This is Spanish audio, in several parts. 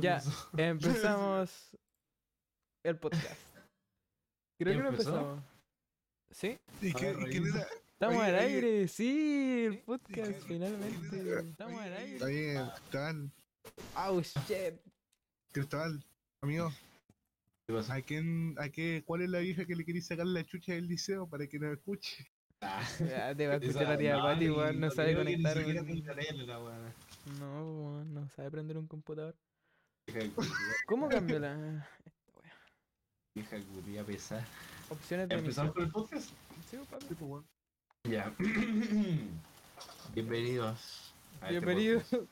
Ya, empezamos el podcast. Creo ¿Ya que lo empezó? empezamos. ¿Sí? ¿Y A qué, ver, y quién revisa. era? Estamos Oye, al oye, aire, sí, el ¿y quién- podcast quién era? finalmente. Estamos Oye, al Está aire. bien, Cristóbal, Oh shit. Cristóbal, amigo, ¿Qué pasa? ¿a quién, a qué, cuál es la vieja que le queréis sacar la chucha del liceo para que nos escuche? Ah, Ya te va a esa- escuchar la tía no, Pati, ni- weón, no sabe creo que ni conectar. siquiera weón. tiene internet la weá. No, weón, no sabe prender un computador. Vieja culia, ¿Cómo cambió la Vieja culia pesada. opciones de ¿Empezamos emisión? con el podcast? Sí, papi. Sí, pues, weón. Ya. Bienvenidos. a este Bienvenidos. podcast.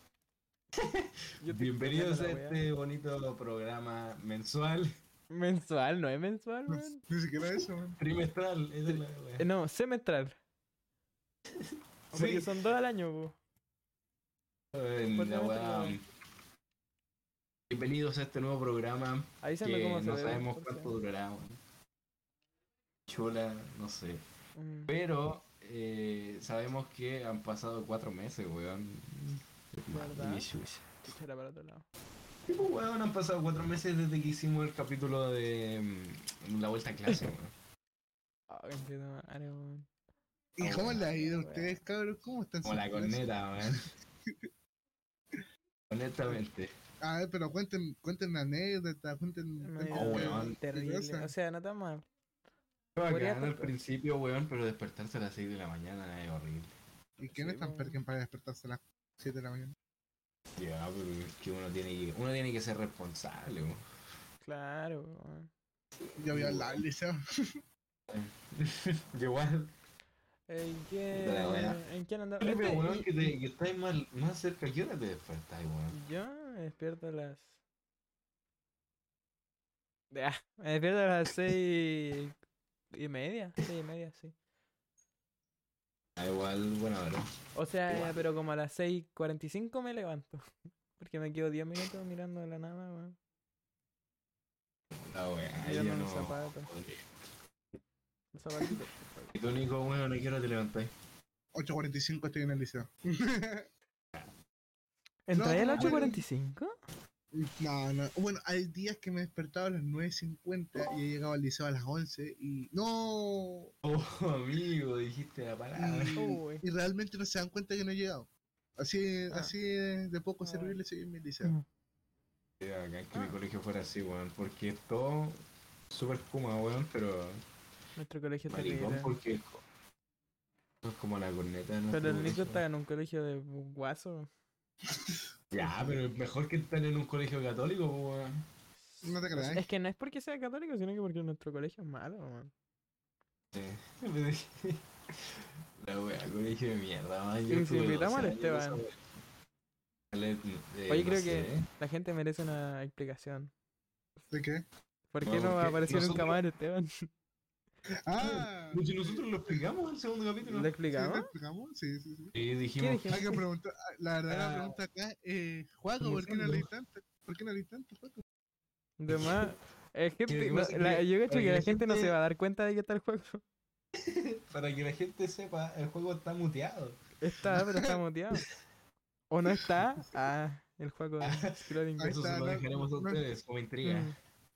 Yo te- Bienvenidos a la wea. este bonito programa mensual, Mensual, no es mensual, No, weón. Ni siquiera eso, man. trimestral. Esa es la wea. Eh, No, semestral. Porque Sí. son dos al año, po. En este la wea. Bienvenidos a este nuevo programa Avísame que cómo se no ve, sabemos por cuánto favor. durará. weón. Chula, no sé. Mm. Pero eh, sabemos que han pasado cuatro meses, weón. ¿Verdad? Y chucha. Era para otro lado. Sí, pues, weón, han pasado cuatro meses desde que hicimos el capítulo de mm, La Vuelta a Clase, weón. Ah, qué puta madre, weón. ¿Y Ah, cómo bueno. la ha ido Weón. ustedes, cabros? ¿Cómo están? Como la sus clases? corneta, weón. Honestamente. A ver, pero cuenten, cuenten anécdotas, cuenten... No, cuenten- Oh, weón. Terrible. Cosa. O sea, no está mal. Fue Podría bacán al contar. principio, weón, pero despertarse a las 6 de la mañana es horrible. ¿Y quién Sí, es tan weón. perkin para despertarse a las 7 de la mañana? Ya, pero es que uno tiene que, uno tiene que ser responsable, weón. Claro, weón. Yo voy a hablar al liceo. Yo igual. ¿En qué, Puta la wea. ¿En qué andaba? Felipe, Este, weón, y- que, te, que estáis más, más cerca, ¿qué hora te despertáis, weón? Yo me despierto a las. Ah, me despierto a las seis y media. Seis y media, sí. Ah, igual, bueno, ahora. O sea, Igual. pero como a las 6.45 me levanto. Porque me quedo 10 minutos mirando de la nada, weón. La weá, Ah, yo no. Mirando mis zapatos. Joder. Los zapatitos, por favor. Y tú, Nico, weón, ¿a qué hora te levantáis? 8.45 estoy en el liceo. ¿Entré a No, las pero- 8.45? No, no. Bueno, hay días que me he despertado a las 9.50 y he llegado al liceo a las 11 y... ¡No! Oh, amigo, dijiste la palabra. y, Uy. y realmente no se dan cuenta que no he llegado. Así, Ah. así de, de poco Ah, servirle soy en mi liceo. Mm. Acá que Ah. mi colegio fuera así, weón, porque es todo súper kuma, weón, pero Nuestro colegio está maricón libre. porque es co- es como la corneta. de nuestro Pero el Nico colegio, está en un colegio de guaso. weón. Ya, pero es mejor que estar en un colegio católico, po, weón. No te creas. ¿eh? Es que no es porque sea católico, sino que porque nuestro colegio es malo, weón. Sí. la wea, colegio de mierda, man. Y si invitamos al Esteban. eh, Oye, creo que- La gente merece una explicación. ¿De qué? ¿Por qué Bueno, no porque apareció nunca nosotros- más el Esteban? Ah, Si nosotros lo explicamos en el segundo capítulo. ¿Lo ¿sí, ¿Te explicamos? explicamos? Sí, sí, sí. Y ¿Qué dijimos dijimos? Hay que preguntar, la verdadera Ah. pregunta acá es, Juaco, ¿por qué no leí tanto? ¿Por qué no leí tanto, Juaco? De más. Es que que no- pasa es la- que yo creo para que que la la gente no se gente- va a dar cuenta de que está el juego. Para que la gente sepa, el juego está muteado. Está, pero está muteado. ¿O no está? Ah, el juego de Ah, Scrolling. Mm. Ahí Eso se está, lo no- dejaremos a no- Mm, ustedes como intriga.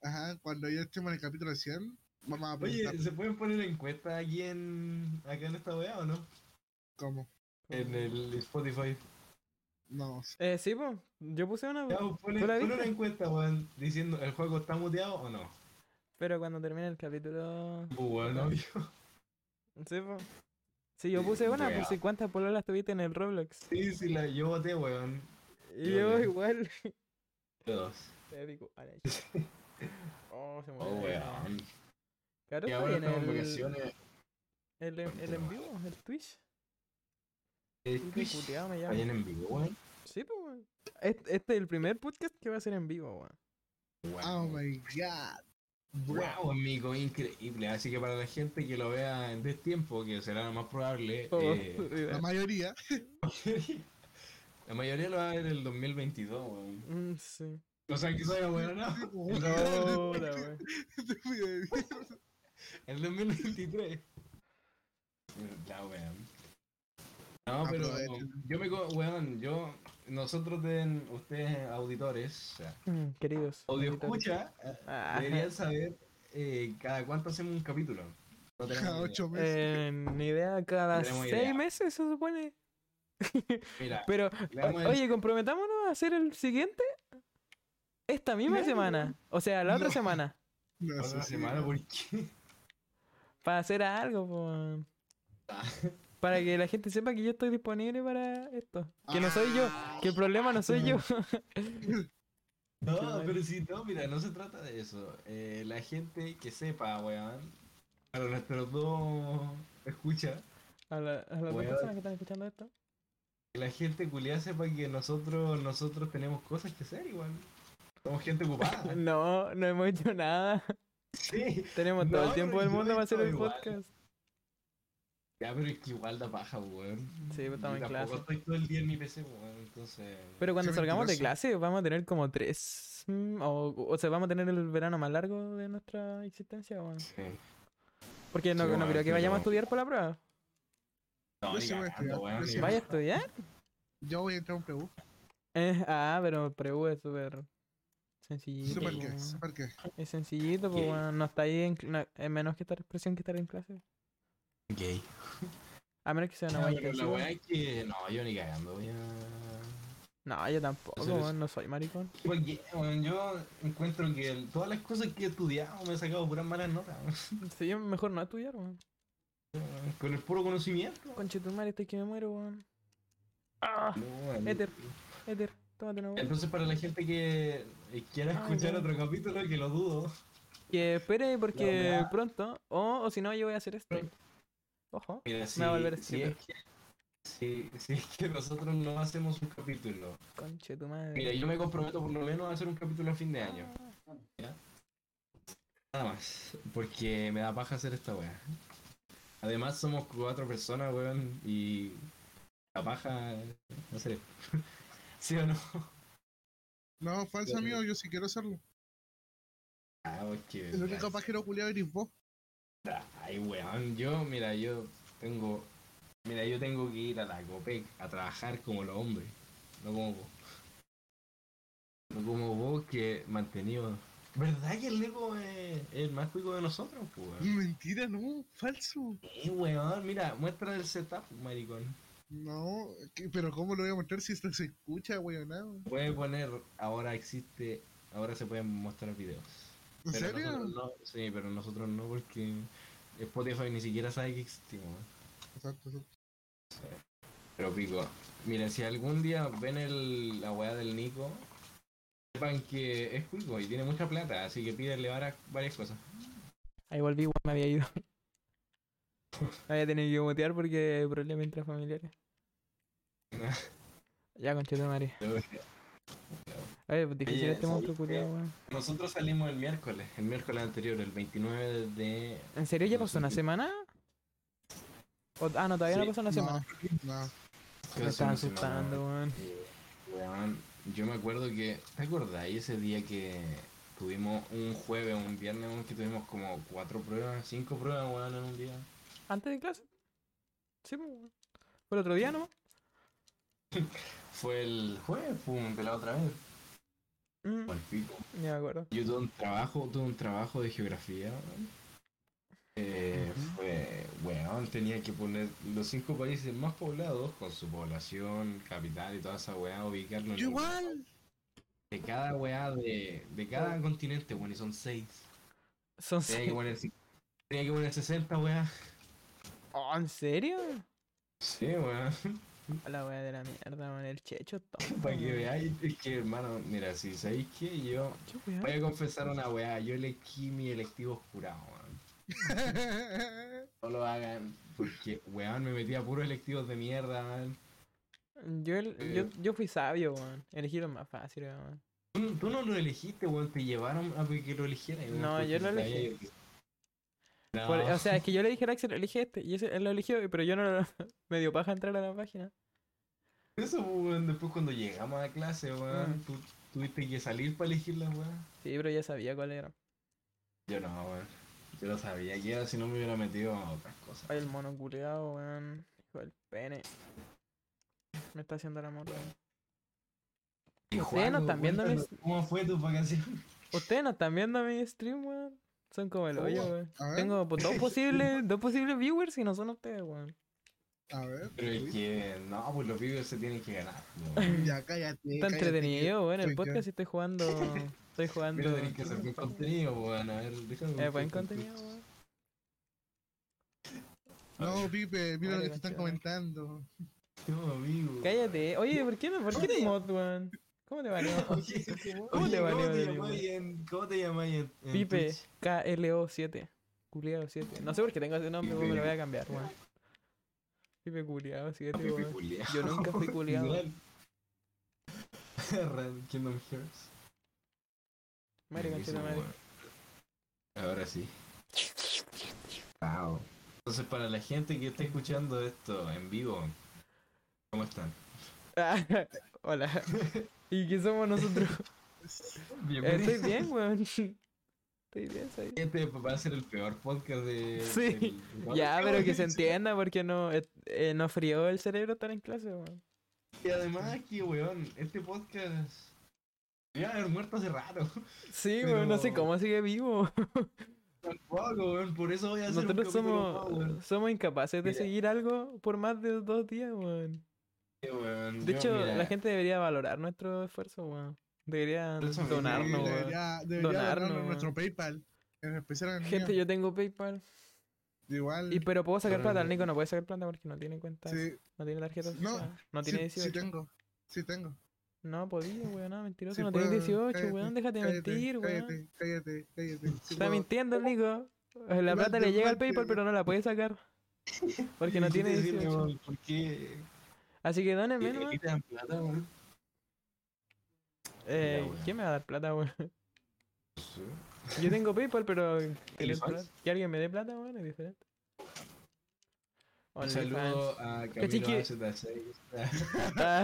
Ajá, cuando ya estemos en el capítulo 100, vamos a preguntar Oye, ¿se pueden poner encuestas aquí en. acá en esta weá o no? cómo. En el Spotify. No, sé. Eh, sí, pues. Yo puse una, Ya, pues, po, pone, ¿Tú la pone viste? una encuesta, weón, diciendo el juego está muteado o no. pero cuando termine el capítulo. Pues, weón, obvio. Sí, po. Sí, yo puse una, Wea. pues si cuántas pololas tuviste en el Roblox. Sí, sí, la, yo voté, weón. Yo Y yo también. igual. Dos. Te digo, a la ch- Oh, se Oh, murió. weón. Claro, Y está ahora bien estamos en el, vacaciones. el, el, el en vivo, el Twitch. Eh, Twitch puteado me llama. Vayan en vivo, weón. Sí, pues, weón. Este, este es el primer podcast que va a ser en vivo, weón. Oh Wow, my god. wow, amigo, increíble. Así que para la gente que lo vea en destiempo, que será lo más probable, Todo Oh. eh, su vida. La mayoría. La mayoría lo va a ver el 2022, weón. Mm, sí. O sea, quizá la weón no. No, la wea. El 2023. La weón. No, pero Aprovechen. yo me... co- Weón, yo... Nosotros, de, ustedes auditores, o sea, Mm, Queridos. audio auditores. escucha, Ah, deberían saber eh, cada cuánto hacemos un capítulo. No tenemos Cada idea. ocho meses. eh, ni idea, cada Tenemos seis idea. meses se supone. Mira, Pero, le vamos a oye, comprometámonos a hacer el siguiente esta misma Claro. semana. O sea, la otra No. semana. no decir sé otra si- semana porque... Para hacer algo, po, weón. Ah. Para que la gente sepa que yo estoy disponible para esto. Que no soy yo. Que el problema no soy yo. Ah. No, mal. pero si no, mira, no se trata de eso. Eh, la gente que sepa, weón, para nuestros dos escucha, A, la- a las dos Weón. personas que están escuchando esto. que la gente culiada sepa que nosotros nosotros tenemos cosas que hacer igual. Somos gente ocupada. No, no hemos hecho nada. sí. Tenemos No, todo el pero tiempo del yo mundo para hacer estoy el igual. podcast. Ya, pero es que igual da paja, weón. Sí, pero estamos Yo en tampoco clase. estoy todo el día en mi PC, weón, entonces... Pero cuando Qué salgamos de mentiroso. clase vamos a tener como tres. mm, O, o sea, vamos a tener el verano más largo de nuestra existencia, weón. Sí. Porque no, Sí, no weón, creo que vayamos a pero- estudiar por la prueba. No, Yo ni sí voy a cagando, estudiar, weón, yo ni sí voy ¿Vaya a cagando. estudiar? Yo voy a entrar a un preu. Eh, ah, pero preu es súper sencillito. Super po, que, weón. super que. Es sencillito, pues Ok. bueno, no está ahí en, cl- no- es menos que estar presión que estar en clase. Gay. A menos que sea una No, guay Ah, pero que la sí, weá weón. es que... No, yo ni cagando, voy a... No, yo tampoco, Hacer eso. weón, no soy maricón. Porque bueno, yo encuentro que el- todas las cosas que he estudiado me he sacado puras malas notas. Sí, yo mejor no estudiar, weón. weón. Con el puro conocimiento. Conchetumare, estoy que me muero, weón. Ah, No, weón. Éter. Éter, tómate una weón. Entonces para la gente que eh, quiera Ay, escuchar weón. otro capítulo, que lo dudo. Que espere porque weá. pronto, o, o si no, yo voy a hacer stream. Ojo. Mira, si, va a volver si es que, si, si es que nosotros no hacemos un capítulo. Conchetumare. Mira, yo me comprometo por lo menos a hacer un capítulo a fin de año. Nada más. Porque me da paja hacer esta weá. Además somos cuatro personas, weón, y la paja no sé. ¿Sí o no? No, falso Pero- amigo, yo sí quiero hacerlo. Ah, porque. El único pajero culiado eres vos. Ay, weón, yo, mira, yo tengo. Mira, yo tengo que ir a la COPEC a trabajar como los hombres. No como vos. No como vos que mantenido. ¿Verdad que el Nico es el más cuico de nosotros, pues, weón? Mentira, no, falso. Sí, weón, mira, muestra el setup, maricón. No, ¿qué- pero ¿cómo lo voy a mostrar si esto se escucha, weón? ¿En Puede poner, ahora existe, ahora se pueden mostrar videos. Pero serio? nosotros no, sí, pero nosotros no porque Spotify ni siquiera sabe que existimos. weón. Exacto, exacto. Pero pico, mira, si algún día ven el, la weá del Nico, sepan que es cuico y tiene mucha plata, así que pídenle varias, varias cosas. Ahí volví, weón, me había ido. me había tenido que botear porque problemas intrafamiliares. ya, conchetumare. eh, Ay, pues difícil Oye, este monstruo ¿sabéis qué? culiado, weón. Nosotros salimos el miércoles, el miércoles anterior, el 29 de... ¿En serio ya No pasó una sé. semana? O- ah, no, todavía no Sí. pasó una semana. No, no. Me hace están una semana. asustando, weón. Eh, weón, yo me acuerdo que. ¿Te acordáis ese día que tuvimos un jueves o un viernes weón, que tuvimos como cuatro pruebas, cinco pruebas, weón, en un día? ¿Antes de clase? Sí, pues, weón. ¿Fue el otro día nomás? Fue el jueves, pum, de la otra vez. Mm, Por el pico. ya me acuerdo. Yo tuve un trabajo, tuve un trabajo de geografía, weón. Eh, fue, weón, tenía que poner los cinco países más poblados con su población, capital y toda esa weá, ubicarlo en Yo el- igual. Oh. de cada weá de, de cada continente, weón, y son seis. Son Tenía que seis- poner, ci- tenía que poner 60, weá. Oh, ¿En serio? Sí, weá. A la wea de la mierda, weón. El checho tonto. Para que weón. veáis, es que hermano, mira, si sabéis que yo Qué weá. voy a confesar una weá, yo elegí mi electivo jurado, weón. No lo hagan, porque weón me metía puros electivos de mierda, weón. Yo, Eh. el- yo, yo fui sabio, weón. Elegí lo más fácil, weón. Tú, tú no lo elegiste, weón, te llevaron a que lo eligieras. weón, No, porque yo lo si elegí. sabía que- Ah. No, Por- o sea, es que yo le dije a Axel, elige este. Y ese, él lo eligió, pero yo no lo... Me dio paja entrar a la página. eso, pues, weón, después cuando llegamos a clase, weón, Mm. tú tuviste que salir para elegir la weá. Sí, pero ya sabía cuál era. Yo no, weón. Yo lo sabía, que era si no me hubiera metido a otras cosas. Ay, el mono culeado, weón. Hijo del pene. Me está haciendo el amor. weón. Y Ustedes no están viendo mis- cuéntanos, ¿Cómo fue tu vacación? Ustedes no están viendo mi stream, weón. Son como el hoyo, Oh, weón. a ver. Tengo pues, dos posibles, dos posibles viewers y no son ustedes, weón. A ver. Pero es uy, que, no, pues los vídeos se tienen que ganar. weón. Ya cállate. Está cállate, entretenido, weón. El soy yo. podcast y estoy jugando. Estoy jugando. Pero tenés que hacer buen contenido, weón. A ver, déjame. Eh, buscar buen contenido. contenido, weón. No, Pipe, mira lo Vale, que te están conchetumare. comentando. No, amigo. Cállate. Oye, ¿por qué, no- ¿por qué te Oye. mod, weón? ¿Cómo te valió? Oye, ¿Cómo oye, te valió, te Darío, llamáis en- ¿Cómo te llamáis en, en Pipe Twitch? KLO7. Culiado 7. No sé por qué tengo ese nombre, weón, me lo voy a cambiar, weón. Pipe Culiado 7, Pipe weón. culiao. Yo nunca fui culiao. Igual. Ran- Kingdom Hearts. Madre Buenísimo, conchita madre. weón. Ahora sí. Wow. Entonces, para la gente que está escuchando esto en vivo, ¿cómo están? Ah, Hola. ¿Y qué somos nosotros? Eh, Estoy bien, weón. Estoy bien, soy. Este va a ser el peor podcast de. Sí. del- Ya, pero que se entienda porque no, eh, eh, no frió el cerebro estar en clase, weón. Y además, que weón, este podcast. Debería haber muerto hace rato. Sí, weón, no sé Pero- cómo sigue vivo. Tampoco, weón, por eso voy a hacer Nosotros un capítulo somos, más, weón. somos incapaces de Mira. seguir algo por más de dos días, weón. Sí, weón, De yo, hecho, mira, la gente debería valorar nuestro esfuerzo, weón. Deberían Eso mismo, Sí, donarnos, no, weón. debería, debería Donarnos, donarnos weón. nuestro PayPal. En especial en el Gente, mío. yo tengo PayPal. Igual. Y pero puedo sacar Pero plata, no- el Nico no puede sacar plata porque no tiene cuenta, sí, no tiene tarjeta. No, No, no tiene 18. sí, sí tengo. Sí tengo. No podía, weón, no, mentiroso, Sí no tenés puedo, 18, cállate, weón, déjate de cállate, mentir, weón. cállate, cállate, cállate. Sí Está puedo. mintiendo el Nico. La Igual plata te le llega al parte, PayPal, pero no la puede sacar. Porque no ¿qué tiene te decirle, 18. weón? ¿Por qué? Así que ¿Qué- donenme, ¿Qué nomás. te dan plata, weón? Eh, weón. ¿Quién me va a dar plata, weón? Sí. Yo tengo PayPal, pero. ¿Elefants? plata? Que alguien me dé plata, weón, es diferente. Un OnlyFans. saludo a Caché Camilo que- AZ6. Ándate de Ah,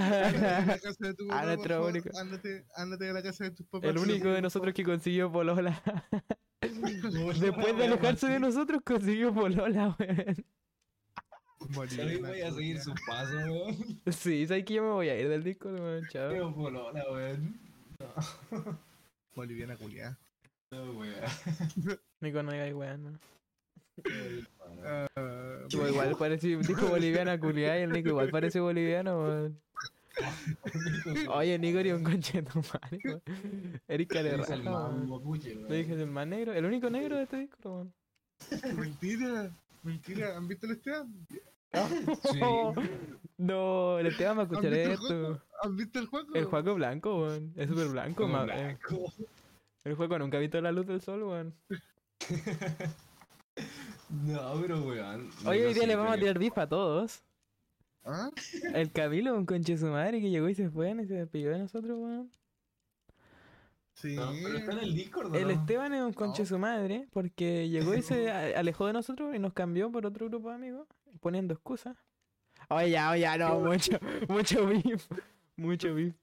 la casa de tu A papá, por nuestro favor. único. Ándate, ándate de la casa de tus papás. el te lo único de juro. nosotros que consiguió Polola. Después de alejarse de nosotros, consiguió Polola, weón. Pero Morir, voy a la seguir culia. su paso, weón. Sí, ¿sabes que yo me voy a ir del disco, weón? Chao. Pero polola, weón. Boliviana culiada. No, weón. Nico, no digas, weón, no. Ah, Chivo, igual parece, dijo boliviana culiá y el Nico igual parece boliviano, weón. Oye, Nico eres un conchetumare, weón. Eres Es el calerraja, más weón. mapuche, Lo dije, weón. es el más negro, el único negro de este disco, weón. Mentira, mentira. ¿Han visto el Esteban? Sí. "Oh". No, el Esteban va a escuchar visto el esto. ¿Han visto el Juaco? El juego blanco, weón. Es súper blanco, Como ma- eh, blanco. El juego nunca ha visto la luz del sol, weón. No, pero weón. Oye, Nico hoy día le siempre vamos a que- tirar bifa a todos. ¿Ah? El Camilo, un conche su madre que llegó y se fue, y se despidió de nosotros, weón. Sí. No, pero está en el Discord, ¿o El no? Esteban es un conche su madre porque llegó y se a- alejó de nosotros y nos cambió por otro grupo de amigos poniendo excusas. Oye, ya, oye, ya, no, mucho, mucho beef, mucho beef.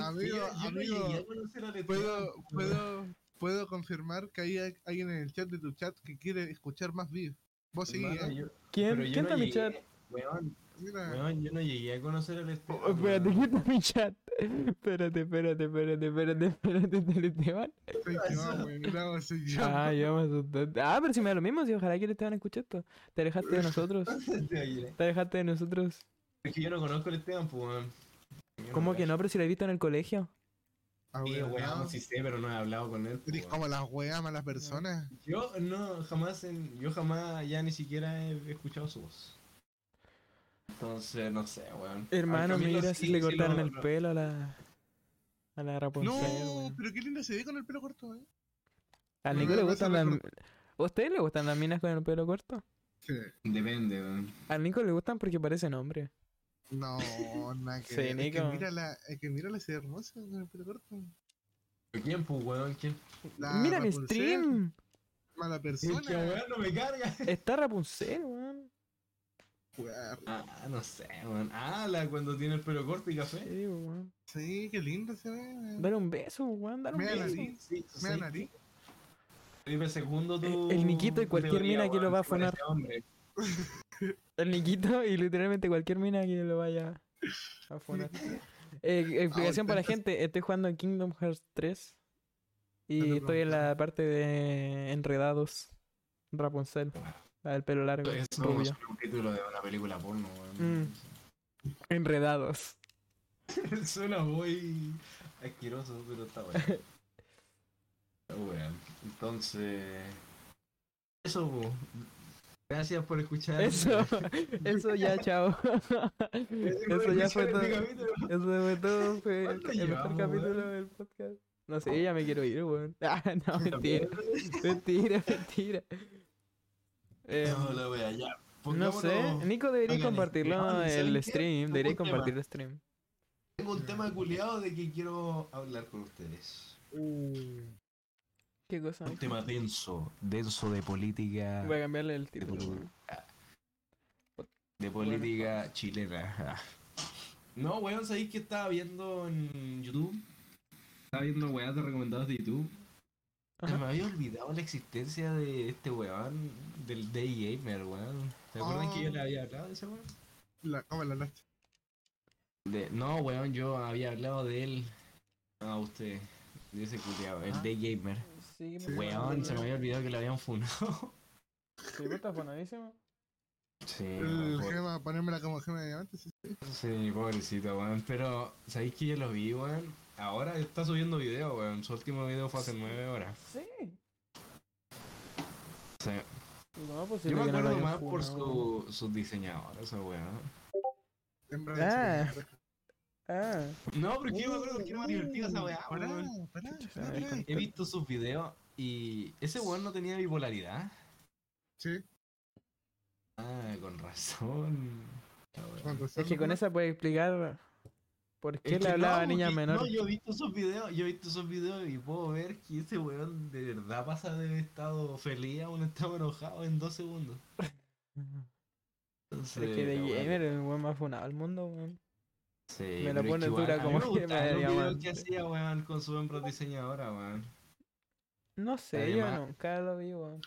Amigo, Yo- yo no amigo, llegué a conocer al Esteban. Puedo, puedo, puedo confirmar que hay a- alguien en el chat de tu chat que quiere escuchar más beef. Vos seguís, Hermano, ¿eh? yo- ¿Quién, pero yo ¿quién no está en mi llegué- chat? Weón, Mira, weón, yo no llegué a conocer al Esteban. Oh, espérate, weón. ¿quién está en mi chat? Espérate, espérate, espérate, espérate, espérate, está el Esteban. soy yo, wey. No, soy yo. Ah, ya me asusté. Ah, pero si me da lo mismo, si ojalá que el Esteban escuche esto. Te alejaste de nosotros, te alejaste de nosotros. Es que yo no conozco al Esteban, pues, weón. Yo ¿Cómo que cacho. no? Pero si lo he visto en el colegio. Ah, Sí, weón, weón, no. sí sé, pero no he hablado con él. pues, Eres como las weas malas personas. Yo no, jamás, en- yo jamás ya ni siquiera he escuchado su voz. Entonces, no sé, weón. Al Ah, Hermano, Camilo mira sí- si le sí lo- cortaron el lo- pelo a la. A la No, Rapunzel, weón. pero qué lindo se ve con el pelo corto, eh. Al no Nico me le pasa gustan la las. cor- ¿A ustedes le gustan las minas con el pelo corto? Depende, weón. Al Nico le gustan porque parecen hombres. No, nada que Sí, ver. Es que Nico. mírala, es que mírala, se ve hermosa con el pelo corto. ¿Pero quién, pues, weón? ¿Quién? La Mira mi Ah, Rapunzel, stream. Mala Es que, persona. weón, no me carga. Está Rapunzel, weón. Weón, Ah, no sé, weón. Ah, la cuando tiene el pelo corto y Sí, café. weón. Sí, qué lindo se ve. weón. Dale un beso, weón. Dale un Mira la beso. nariz, sí. Mira la nariz. Felipe segundo tu. el Niquito y cualquier teoría, mina que lo weón, va a parece funar. hombre. El Niquito y literalmente cualquier mina que lo vaya. Ah, fue una- Eh, explicación para la gente, estoy jugando en Kingdom Hearts 3 y te estoy en la parte de Enredados, Rapunzel, la del pelo largo, Eso es como rubio. un título de una película porno, weón. Mm. Enredados. Suena muy asqueroso, pero está bueno. Está bueno. Entonces. Eso, po. Gracias por escuchar. Eso, eso ya, chao. Eso ya fue este todo. Eso fue todo, fue ¿Cuánto el mejor llevamos, capítulo weón? del podcast. No sé, yo ya me quiero ir, weón. Ah, no, mentira, mentira, mentira. Em, No, la wea, ya. No sé, Pongámonos- Nico debería Hagan el compartirlo stream. ¿Saben el qué? stream, Tengo debería un tema. compartir el stream. Tengo un tema culiado de que quiero hablar con ustedes. Uh, ¿Qué cosa? Un tema denso, denso de política. Voy a cambiarle el título. poli- weón. De política chilena. No, weón, sabéis que estaba viendo en YouTube. Estaba viendo weas de recomendados de YouTube. Se Ajá. Me había olvidado la existencia de este weón del Day Gamer, weón. ¿Se acuerdan que yo Oh. le había hablado de ese weón? la cama la hablaste. De- No, weón, yo había hablado de él. Ah, usted. De ese culiao, el Ah. Day Gamer. Sí, Sí. Weón, se me había olvidado que lo habían funado. Sí, está buenísimo. Sí, El gema, ponérmela como gema de diamantes. sí. Sí, pobrecito, weón. Pero, ¿sabéis que yo los vi, weón? Ahora está subiendo video, weón. Su último video fue hace nueve horas. Sí. O sea, Lo más posible yo me que no lo acuerdo más hayan por funado, weón. su, sus diseñadores, esa weón. En verdad, sí, Ah, No, pero es que yo me acuerdo porque Uh, era más divertida esa weá, pará, weón. pará, Chucha, pará, ahí pará. está. He visto sus videos y ese weón no tenía bipolaridad. Sí, Ah, con razón. La weá. con razón, es que con ¿no? esa puede explicar por Es qué que le hablaba a no, niñas porque- No, menores. yo he visto esos videos, yo he visto esos videos y puedo ver que ese weón de verdad pasa de estado feliz a un estado enojado en dos segundos. Pero Es que de gamer es el weón más funado del mundo, weón. me la pone dura como que me que me llaman. que hacía, weón, con su hembra diseñadora, weón. No sé, yo Además- nunca lo vi, weón.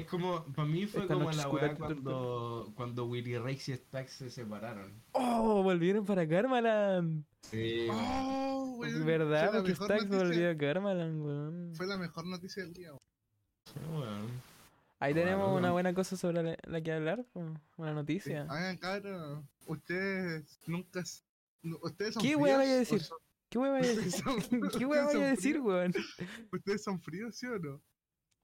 Es como, para mí fue Esta como noche la oscura weá te tortura. cuando, cuando Willy Rex y Stax se separaron. ¡Oh! Volvieron para Karmaland. Sí, weón. Oh, weón, ¿Verdad? fue la Porque mejor Stax noticia- volvió a Karmaland, weón. Fue la mejor noticia del día. weón. Sí, weón. Ahí Claro, tenemos una weón. buena cosa sobre la, la que hablar, po, una noticia. Hagan claro, ustedes nunca. s- no, ustedes son ¿Qué fríos. wea vaya a o decir? son- ¿Qué wea vaya a decir? son- ¿Qué wea ustedes vaya a son decir, fríos- weón? Ustedes son fríos, ¿sí o no?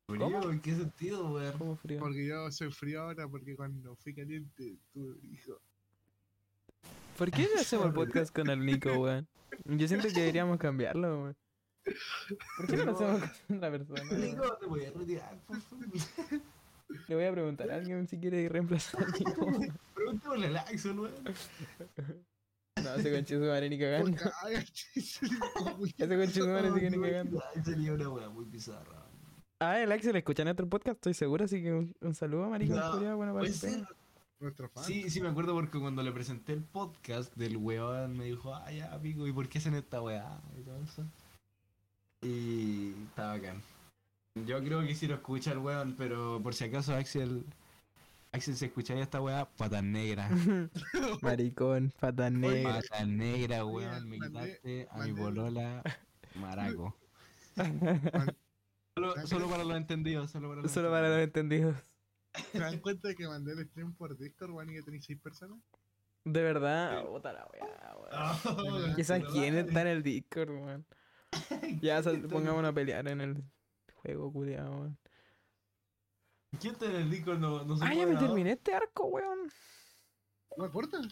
Frío, ¿Cómo? ¿En qué sentido, weón? Como frío. Porque yo soy frío ahora, porque cuando fui caliente, tuve un hijo. ¿Por qué no hacemos el podcast con el Nico, weón? Yo siento que deberíamos cambiarlo, weón. ¿Por qué no lo hacemos con otra persona? weón? Nico, te voy a retirar, pues, por favor. Le voy a preguntar a alguien si quiere reemplazar a Nico. weón. Pregúntale al Axel, weón. No, ese conche su madre ni cagando. Porque, ay, sí, Ese conche su madre No, sigue ni no, cagando. ay, Sería una weá muy bizarra. Ah, el Axel escucha en otro podcast, estoy seguro, así que un, un saludo, maricón. No, culiao, buena Puede parte. ser. Nuestro fan. Sí, sí, me acuerdo porque cuando le presenté el podcast del weón me dijo, ah, ya, pico, ¿y por qué hacen esta weá? Y todo eso. Y está bacán. Yo creo que sí lo escucha el weón, pero por si acaso Axel. Axel, si escucháis esta weá, pata negra. Maricón, pata negra. Pata negra, weón, me mandé- quitaste a mi mandé- bolola maraco. Solo, solo para los entendidos, solo para los Solo para los entendidos. entendidos. ¿Se dan cuenta de que mandé el stream por Discord, weón, y que tenéis 6 personas? De verdad, puta la weá, weón. Ah, Quizás pero quién vale. está en el Discord, weón. Ya sal- pongámonos a pelear en el juego, culiado, weón. ¿Quién está en el Discord? No, no se Ah, ya puede me grabar. terminé este arco, weón. No importa. ¿Lo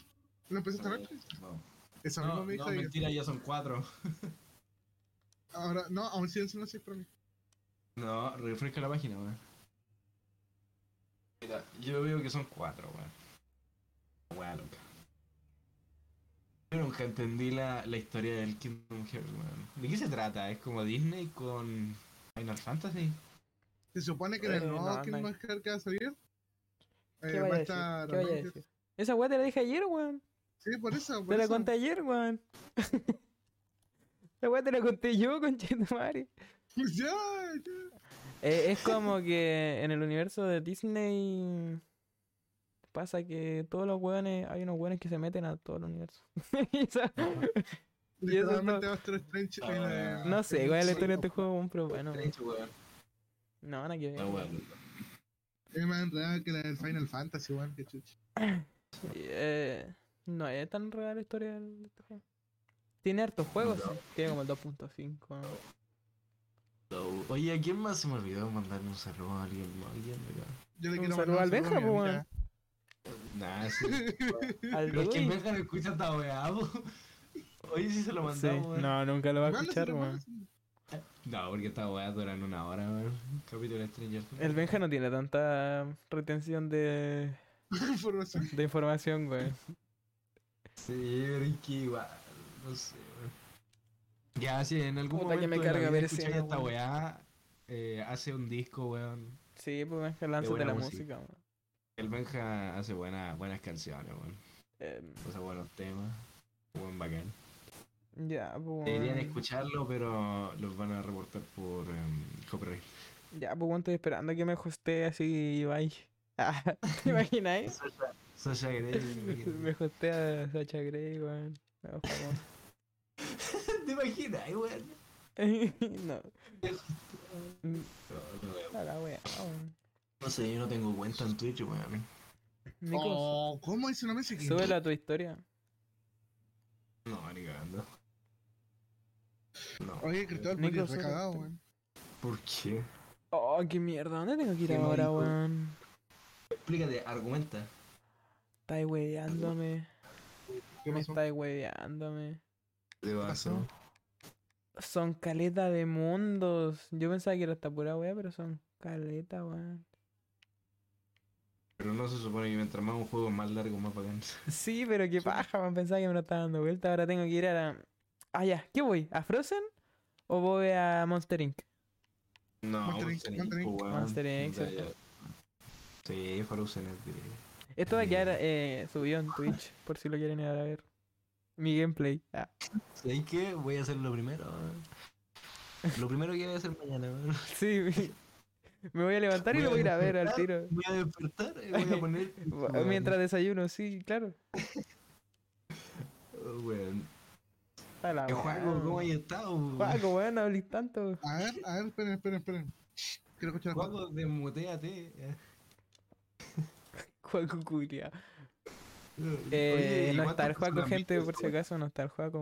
Pues, empecé esta noche? No, Eso mismo no, me dijo. no, y- mentira, ya son cuatro. Ahora, no, aún siguen siendo 6 para mí. No, refresca la página, weón. Mira, yo veo que son cuatro, weón. Weón, loca. Yo nunca entendí la, la historia del Kingdom Hearts, weón. ¿De qué se trata? ¿Es como Disney con Final Fantasy? Se supone que en Eh, el nuevo no, no Kingdom hay. Hearts que va a salir. ¿Qué vaya a eh, va a decir? estar. ¿Qué vaya a Avengers. decir? Esa weá te la dije ayer, weón. Sí, por eso. Por Te la eso. conté ayer, weón. La weá te la conté yo, conchetumare. Ya, ya. Eh, es como que en el universo de Disney Pasa que todos los hueones, hay unos hueones que se meten a todo el universo. Y esa- Y eso Literalmente Doctor Strange. Ah, en, bueno. eh, no sé cuál es la en- historia de este juego, weón, pero bueno. Strange, weón. No, nada que ver. No, weón. Es más enredado que la del Final Fantasy, weón, que chucha. Eh, no es tan real la historia del- de este juego. Tiene hartos juegos, No. sí. tiene como el 2.5. ¿no? No. Oye, ¿a quién más se me olvidó mandarle un saludo a alguien más? ¿Alguien acá? Yo le Un quiero saludo mandar al un saludo a mi Benja, amiga. Nah, sí. Al Pero es que Dewey. Benja no escucha esta weá, po. Oye, sí se lo Sí. mandamos, weón. No, nunca lo va a Mándaselo, escuchar, weón. mándaselo. No, porque esta weá duran una hora, weón. Capítulo de Stranger Things. El Benja no tiene tanta retención de, Información. de información, güey. Sí, pero es que igual, no sé, weón. Ya, si en algún Puta, que momento me de la carga vida ver escucháis escena, esta weón. weá, eh, hace un disco, weón. Sí, pues Benja, lánzate buena la música, música. weón. El Benja hace buena, buenas canciones, weón. Em, O sea, buenos temas. Buen bacán. ya, pues. Deberían weón. escucharlo, pero los van a reportar por em, copyright. Ya, pues weón, estoy esperando que me hostee así, bye. Ah, ¿Te imagináis? Sasha, Sasha Grey. me imagino. me hostea Sacha Grey, weón. No, por ¿Te imaginas, weón? favor. no. Mm, No, no, weón. a la wea, weón. No sé, yo no tengo cuenta en Twitch, weón. Nico, Oh, ¿cómo dice una mesa que súbela a tu historia. No, ni cagando. No. Oye, Cristóbal, Nico, Nico, sube tu recagado, historia. weón. ¿Por qué? Oh, qué mierda, ¿dónde tengo que ir Qué ahora, marico. weón? Explícate, argumenta. Estáis hueveándome, ¿Qué me pasó? estáis hueveándome. ¿Qué pasó? Son caleta de mundos. Yo pensaba que era esta pura wea, pero son caleta, weón. Pero no se supone que mientras más un juego más largo, más bacán. Sí, pero qué paja, weón. Pensaba que me lo estaba dando vuelta. Ahora tengo que ir a la. Ah, ya, ¿qué voy? ¿A Frozen? ¿O voy a Monster Inc? No, Monster Inc, Monster Inc, Monster Inc. weón. Monster Inc, Ya, exacto. ya. Sí, Frozen es de... Esto va a quedar Mira. eh, subido en Twitch, por si lo quieren ir a ver. Mi gameplay. Ah, ¿Sabes qué? Voy a hacer lo primero. weón. Lo primero que voy a hacer mañana, weón. sí, me voy a levantar y Voy lo a voy a ir a ver al despertar. tiro. Voy a despertar y voy a poner... Bu- Mientras desayuno, sí, claro. Oh, weón. A la ¿Qué wea, juego? ¿Cómo weón. has estado? weón? Juaco, weón, no hablís tanto. A ver, a ver, esperen, esperen, esperen. Quiero escuchar algo. Juego, Eh, desmuteate. Juaco culia. Oye, Eh, ¿y no cuántas está el Juaco, personas gente, viste por si eso? acaso, no está el Juaco.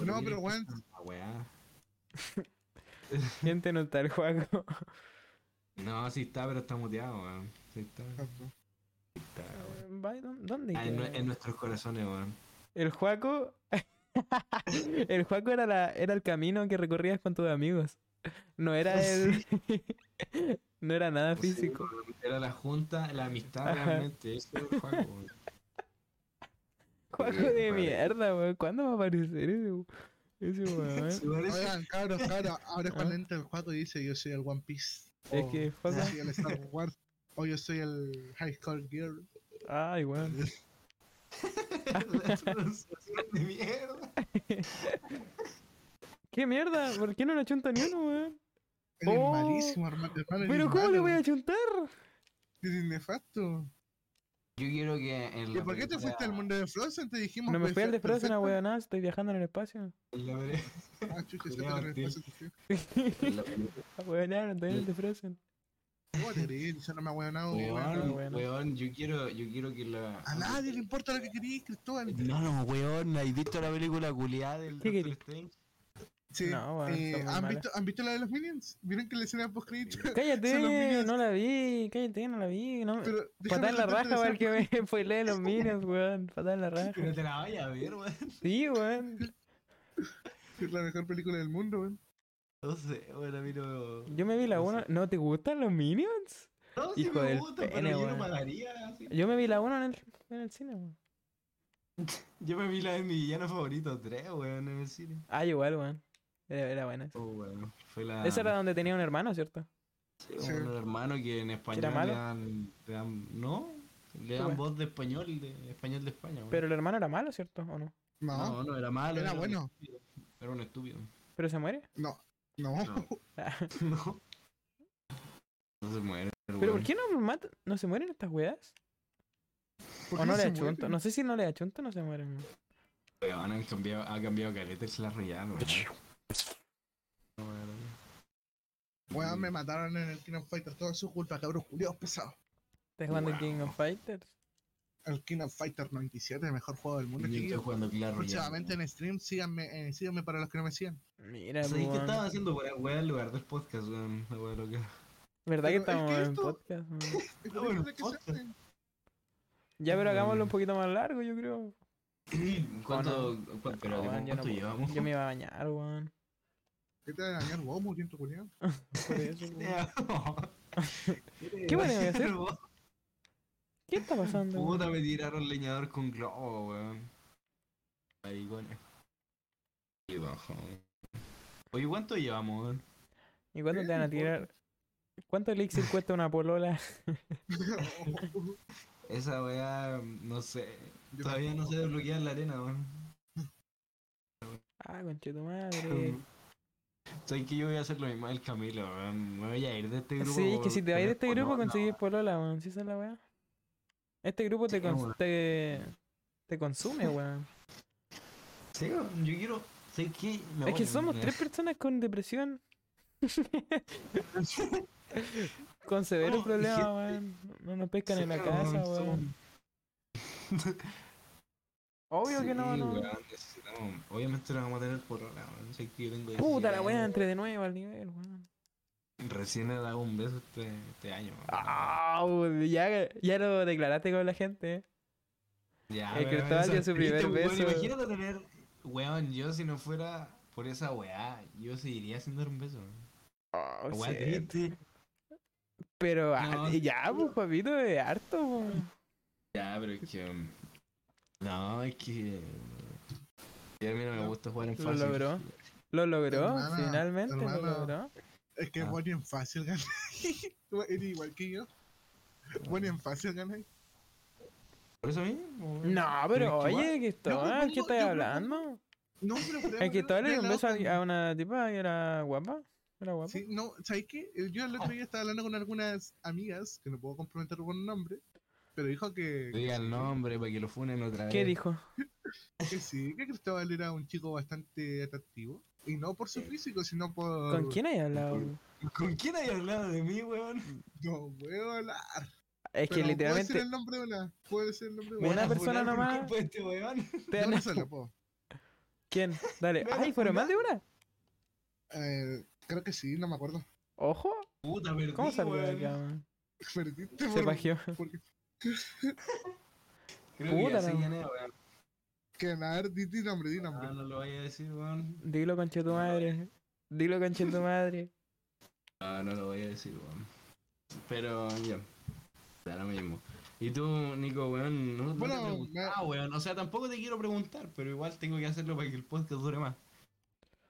No, pero weón, Ah, weá. Gente, no está el Juaco. No, sí está, pero está muteado, weón. Sí está, sí exacto. está, Ah, weón. Vai, ¿dó- ¿Dónde? Ah, en, nue- queda? en nuestros corazones, weón. El Juaco. el Juaco era, la, era el camino que recorrías con tus amigos. No era el. no era nada Sí, físico. weón. Era la junta, la amistad Ajá. realmente. Eso es el juego, weón. Juaco de Vale. mierda, weón. ¿Cuándo va a aparecer ese, we- ese weón? Sí, parece- Oigan, cabros, cabros, ahora es Ah. cuando entra el juego y dice yo soy el One Piece. Es que Yo Juaco. soy el Star Wars. O yo soy el High Score Girl. Ay, weón. Es una situación de mierda. ¿Qué mierda? ¿Por qué no le achunta ni uno, weón? Eres Oh, malísimo, hermano. hermano, eres Pero ¿cómo le malo. voy a achuntar? Eres nefasto. Yo quiero que en ¿Y la por qué te película- fuiste al mundo de Frozen? Te dijimos. No me fui al de perfecto, Frozen, a perfecto. weón. Estoy viajando en el espacio. en la peli- Ah, chucha, Culeado, se te tío. Frozen. en la película? Weón, estoy en el de Frozen. ¿Cómo te crees? Yo no me ahueonado, weón. Weón, bueno. weón, yo quiero, yo quiero que la. Oh, A nadie le importa lo que querís, Cristóbal. No, no, weón, ¿has visto la película culiada del ¿Qué Doctor querí? Strange? Sí. No, weón, eh, está muy ¿han, mala. visto, ¿Han visto la de los Minions? ¿Vieron que la escena post crédito? Son los Cállate, minions. no la vi. Cállate, no la vi. No, Pero Patada déjame en la tratarte de raja, ser- weón, que me spoilé los minions, weón. Patada en la Pero raja. te la vaya a ver, weón. Sí, weón. Es la mejor película del mundo, weón. No sé, weón, a mí no. Yo me vi la No sé. 1. ¿No te gustan los minions? No, sí Hijo me del gusta, pero pene, yo weón. no pagaría. así. Yo me vi la 1 en el, en el cine, weón. Yo me vi la de mi villano favorito, 3, weón, en el cine. Ah, igual, weón. Era, era buena. esa. Oh, weón. Fue la. Ah. Esa era donde tenía un hermano, ¿cierto? sí, Sí. Un hermano que en español le malo? dan, le dan. No, le dan weón. voz de español, de español de España, weón. Pero ah, el hermano era malo, ¿cierto? ¿O no? No, No, no, era malo. Era un bueno. estúpido, Era un estúpido. ¿Pero se muere? no, Oh. no. No. No. No se muere. ¿Pero por qué no matan? ¿No se mueren estas weas? ¿Por O qué no se le mueren? achunto. No sé si no le achunto o no se mueren. weón. Weón, han cambiado, ha cambiado caleta el Clash Royale, weón. No, weón. Weón, me mataron en el Kingdom Fighters. Todo es su culpa, cabros culiados pesados. ¿Estás jugando Wow. King of Fighters? El Kingdom Fighters 97, el mejor juego del Yo mundo. estoy chiquillos. jugando Clash Royale. Próximamente en stream, síganme, eh, síganme para los que no me sigan. Mira, ¿Sabes qué weón. estaba haciendo por weón en lugar del podcast, weón? La weá loca. ¿Verdad Pero que es que estamos en esto- podcast? weón? Ah, bueno, podcast. Ya, pero Mm. Ay. hagámoslo un poquito más largo, yo creo. ¿Cuánto, cuánto, pero ¿cuánto No, Ah, weón, yo, no puedo. llevamos? Yo me iba a bañar, weón. ¿Qué te va a dañar, vos, muriendo culiado? Por eso, weón. ¿Qué bueno iba a hacer? vos? ¿Qué está pasando? weón? Puta, me tiraron leñador con globo, weón. Ahí, con... Y bajo, weón. Oye, ¿cuánto llevamos, weón? ¿Y cuánto te van a Eh, tirar? ¿Cuánto elixir cuesta una polola? Esa weá, no sé. Todavía no sé desbloquear la arena, weón. Ah, tu madre. Mm. Sabes que yo voy a hacer lo mismo del Camilo, weón. Me voy a ir de este grupo. Sí, es que si te vas de este por- grupo no, conseguís polola, weón. Si esa es la weá. Este grupo te, Sí, cons- weón. te, te consume, weón. no. Sí, weón, yo quiero. ¿Sabes qué? Me Es voy, que somos me- tres personas con depresión. con severos Somos problemas, gente- weón. No nos pescan Oh, Sí, en la weón, casa, somos- weón. Obvio que no, Sí, no. weón, necesitamos- Obviamente no vamos a tener por ahora, weón. Sé que yo tengo Puta 17 la weá, años. entre de nuevo al nivel, weón. Recién le he dado un beso este, este año. weón. Ah, weón, ya, ya lo declaraste con la gente, eh. Ya, el weón, Cristóbal esa dio su triste, primer weón. beso. Imagínate tener, weón, yo si no fuera por esa weá, yo seguiría sin dar un beso. weón. Oh, La weá shit. triste. Pero ah, No, ya, pues papito, es harto, pues. weón. Ya, pero es que. um, No, es que. Ya a mí no me gusta jugar en Lo fácil. logró. Lo logró, Hermana, finalmente hermana. lo logró. Es que Ah. vos ni en fácil ganas. Tú eres igual que yo. Ah. Vos ni en fácil ganas. ¿Por eso a mí? o- No, Tienes que pero oye, No, Cristóbal, ¿qué yo estás propongo- hablando? No, pero por El Cristóbal le dio un beso a, alguien- alguien. a una tipa que era guapa. Era guapa. Sí, no, ¿sabes qué? Eh, Yo el otro día estaba hablando con algunas amigas, que no puedo comprometer con nombre, pero dijo que, Diga el nombre para que lo funen otra vez. ¿Qué dijo? que sí, que Cristóbal era un chico bastante atractivo. Y no por su físico, sino por... ¿Con quién hay hablado? por- weón? ¿Con quién hay hablado de mí, weón? No puedo hablar. Es que pero Puedo decir literalmente el nombre de una. Puedo decir el nombre de Una Van a persona funar por nomás. culpa de este weón. te han- No, no se lo puedo. ¿Quién? Dale. Me van a ¡Ay, fueron más de una! Eh, creo que sí, no me acuerdo. ¡Ojo! Puta, perdí, ¿Cómo salió de weón. acá, weón? Perdiste Se por- pajeó. porque- Creo que Puta ya la sé weón. quién es, weón. Que nada, di, di nombre, di nombre. Ah, no lo vaya a decir, weón. Dilo, conche tu madre. Dilo, conche tu madre. Ah, no lo voy a decir, weón. Pero, ya. Da lo mismo. Y tú, Nico, weón, no, no Bueno, te preguntaba, weón. O sea, tampoco te quiero preguntar, pero igual tengo que hacerlo para que el podcast dure más.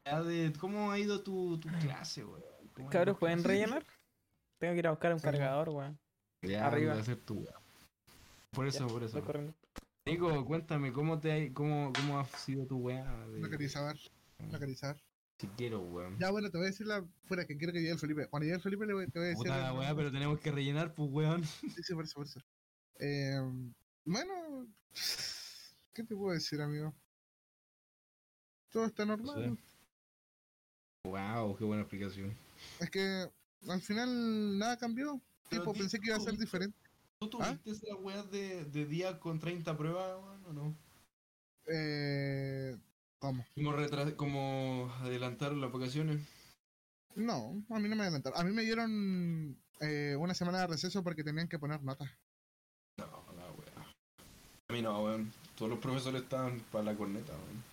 Ya de- ¿Cómo ha ido tu, tu clase, weón? ¿Cómo ha ido Cabros, tu ¿pueden clase? rellenar? Tengo que ir a buscar un Sí, weón. cargador, weón. Ya, Arriba. anda a hacer tu weá. Por eso, por eso. Estoy corriendo. Nico, cuéntame, ¿cómo te ha- cómo, cómo ha sido tu weá? de- No quería saber, no quería saber. Si quiero, weón. Ya bueno, te voy a decir la fuera que quiero que llegue el Felipe. Cuando llegue el Felipe le voy, te voy a decir. Puta la el- weá, pero tenemos que rellenar, pues, weón. Sí, sí, por eso, por eso. Eh, bueno, ¿qué te puedo decir, amigo? Todo está normal. Wow, qué buena explicación. Es que al final nada cambió. Pero Tipo, di- pensé que iba a ser tú- diferente. ¿Tú tuviste esa weá de, de día con 30 pruebas, weón, o no? Eh, ¿Cómo? Como, retras- como adelantaron las vacaciones. No, a mí no me adelantaron. A mí me dieron eh, una semana de receso porque tenían que poner notas. No, la weá. A mí no, weón. Todos los profesores estaban para la corneta, weón.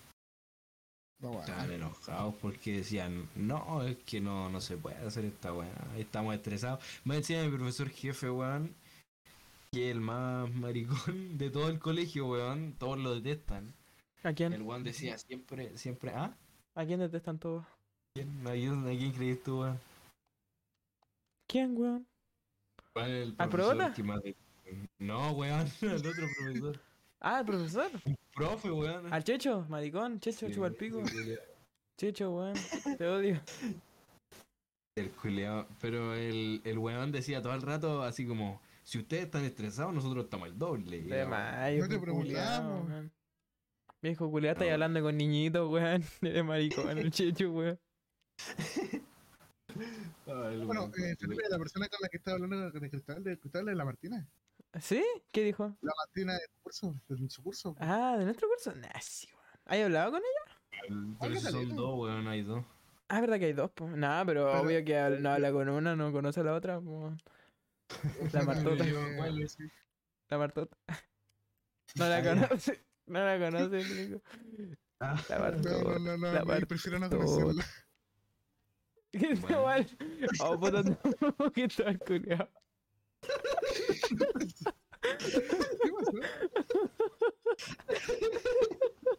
No, bueno. Estaban enojados porque decían, no, es que no, no se puede hacer esta weá. Estamos estresados. Me decía mi profesor jefe, weón, que el más maricón de todo el colegio, weón. Todos lo detestan. ¿A El quién? weón decía siempre, siempre, ah, ¿A quién detestan todos? ¿quién, ¿A quién- a quién crees tú, weón? ¿Quién, weón? ¿Cuál es el ¿Al profesor Probola? que más de- No, weón, al otro profesor. Ah, el profesor. Profe, weón. Al Checho, maricón. Checho, Sí, chupalpico. ese culiao- Checho, weón. Te odio. El culiao. Pero el, el weón decía todo el rato así como, Si ustedes están estresados, nosotros estamos al doble. y De la weá. más, No te viejo pues, culiao, preocupamos. weón. Viejo culiao, estáis No. hablando con niñitos, weón. De maricón, el checho, weón. Ah, el Bueno, weón, eh, weón. Felipe, la persona con la que estaba hablando con el cristal de cristal es la Martina. ¿Sí? ¿Qué dijo? La Martina de tu curso, de su curso. Ah, de nuestro curso. Nah, sí, weón. ¿Hay hablado con ella? Pero Oye, si son Felipe. dos, weón, hay dos. Ah, es verdad que hay dos, pues. Nah, pero, Pero- obvio que hab- no habla con una, no conoce a la otra, po. La Martota. Eh, ¿Cuál es? sí. La Martota. No la Ah, ya. conoce. No la conoce, digo. Ah, La No, no, Martota. no, La no, Martota. no prefiero no conocerla. Que está Bueno. mal. Oh, puta, no, que está mal culiao. ¿Qué pasó?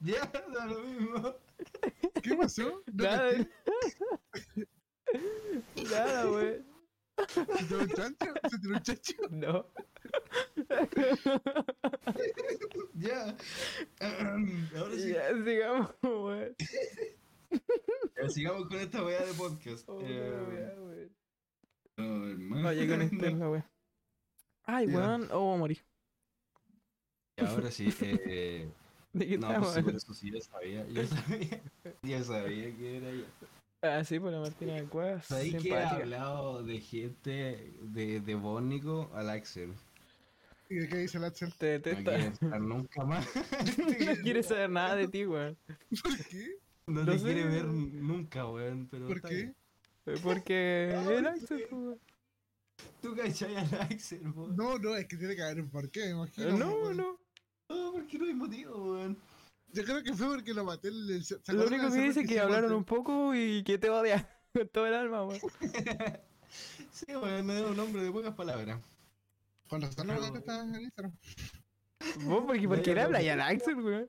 Ya, da lo mismo. ¿Qué pasó? No, Nada. Nada, weón. ¿Se tiró un chancho? ¿Se tiró un chancho? No. Ya. Ahora sí. Ya, sigamos, weón. Ya, Sigamos con esta weá de podcast. Oh, Eh, la weá, weón. no, hermano. Oye, con este, la weá. Ay, Ya. weón. Oh, voy a morir. Y ahora sí. Eh, ¿De qué no, estamos pues, sí, hablando? eso sí, yo sabía. Yo sabía. Yo sabía que era ella. Ah, sí, por la Martina de Cuevas. Sabí que he Simpática. hablado de gente de, de Bónico al Axel. ¿Y qué dice el Axel? Te No detesta. quiere estar nunca más. No quiere saber nada de ti, weón. ¿Por qué? No No te sé. quiere ver nunca, weón. Pero ¿Por está qué? bien. Porque el Axel, weón. Tú cachai al Axel, weón. No, no, es que tiene que haber un porqué, me Eh, imagino. No, weón. no. No, porque no hay motivo, weón. Yo creo que fue porque lo maté. El, el- ¿se Lo acuerdan único que del cerro dice es que se hablaron mató? un poco y que te odia con todo el alma, weón. Sí, weón, es un hombre de pocas palabras. Con razón, Ah. No, no, weón. estás en Instagram. ¿Vos por qué, por No, qué yo le no hablas sé. al Axel, weón?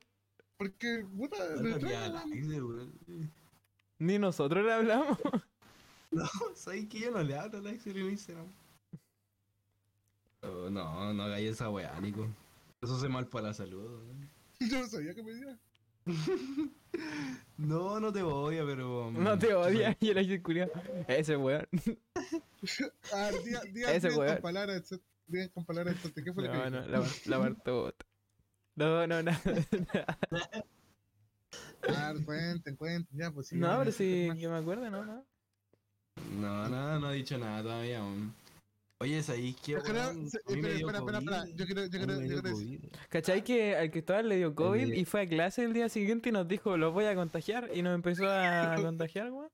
Porque, puta, No me tenía extraña, al weón. Axel, weón. Ni nosotros le hablamos. ¿Sabes que yo no le hablo al Axel en Instagram? Oh, no, no hagáis esa weá, Nico. Eso se mal para la salud, weón. Yo no sabía que me diera. No, no te odia, pero. No te mm, odia. Y el Axel culiao. Ese weón. Ah, día, día, Ese día weón. con palabras, etc. Día con palabras, etc. ¿Qué fue lo que No, dijo? no, la, Bar- la Bartota. No, no, nada. Ah, cuenten, cuenten, ya, pues sí. no, ya, pero ya, sí, ya. que me acuerdo, no, no. No, no, no he dicho nada todavía aún. Oye, ¿sabéis qué? Yo creo, weón? se- A mí me espera, dio espera, espera, espera. COVID. Yo A quiero, yo mí quiero, me yo dio quiero decir. COVID. ¿Cachai que al Cristóbal le dio COVID Oye. y fue a clase el día siguiente y nos dijo, los voy a contagiar? Y nos empezó a contagiar, weón.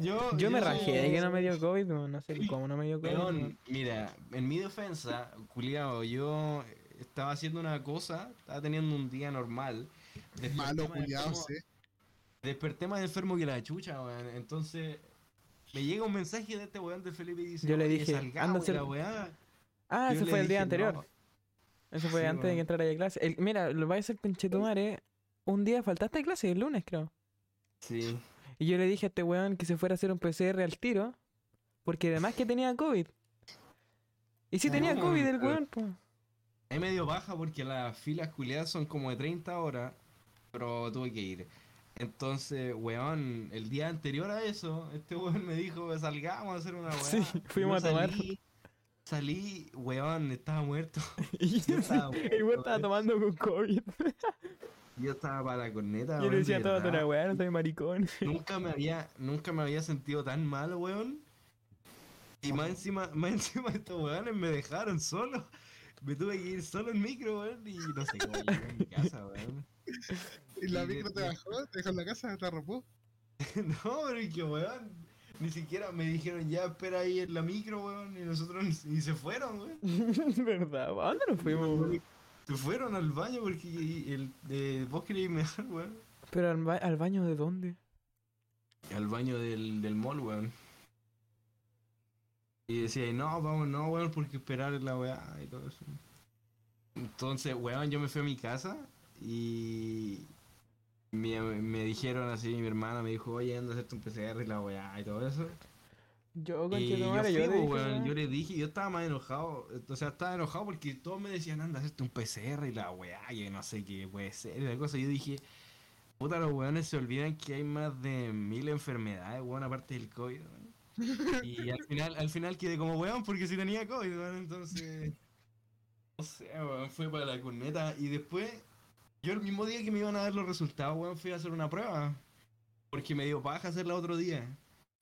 Yo, Yo me yo- rajé de que no me dio COVID, weón. No sé Sí. cómo no me dio COVID. Weón, weón. mira, en mi defensa, culiao, yo estaba haciendo una cosa, estaba teniendo un día normal. desperté Malo, más culiado, enfermo- sí. Desperté más enfermo que la chucha, weón. Entonces, me llega un mensaje de este weón de Felipe y dice: Yo le "Oye, dije, salgamos anda a y hacer- la weá". Ah, Yo ese le fue el día dije, anterior. "No". Eso fue Sí, antes de weón. Eh. que entrara a clase. El- mira, lo vais a hacer conchetumare. Un día faltaste a clase, el lunes creo. Sí. Y yo le dije a este weón que se fuera a hacer un PCR al tiro. Porque además que tenía COVID. Y sí tenía Ah, No, COVID el pero- weón, po. Es medio baja porque las filas culiadas son como de 30 horas, pero tuve que ir. Entonces, weón, el día anterior a eso, este weón me dijo, salgamos a hacer una weá. Sí, fuimos Yo a tomar. Salí, salí, weón, estaba muerto. Y Yo estaba el weón muerto, estaba weón. tomando con COVID. Yo estaba para la corneta, Yo weón, le de decía todo verdad. la weá, no soy maricón. Nunca me había, nunca me había sentido tan mal, weón. Y más encima, más encima estos weones me dejaron solo. Me tuve que ir solo en micro, weón, y no sé cómo llegué a mi casa, weón. Y la Y de- micro te de- bajó, te dejó en la casa, te arropó. No, pero es que weón. Ni siquiera me dijeron ya espera ahí en la micro, weón. Y nosotros ni, ni se fueron, weón. ¿Verdad? ¿A dónde nos fuimos? weón? Se fueron al baño porque el, eh, vos queréis mear, weón. Pero al, ba- al baño de dónde? Al baño del, del mall, weón. Y decía, no, vamos, no, weón, porque esperar en la weá y todo eso. Entonces, weón, yo me fui a mi casa y me, me dijeron así, mi hermana me dijo, oye, anda a hacerte un PCR y la weá y todo eso. Yo Y Eh, yo, conchetumare, yo, fui, le po, dije, weón, weón. yo le dije, yo estaba más enojado, o sea, estaba enojado porque todos me decían, anda, hacerte un PCR y la weá, que no sé qué puede ser, y la cosa, yo dije, puta, los weones se olvidan que hay más de mil enfermedades, weón, aparte del COVID, weón". Y al final, al final quedé como weón porque sí tenía COVID, weón, entonces, No sé, weón, fue para la corneta. Y después, yo el mismo día que me iban a dar los resultados, weón, fui a hacer una prueba. Porque me dio paja hacerla otro día.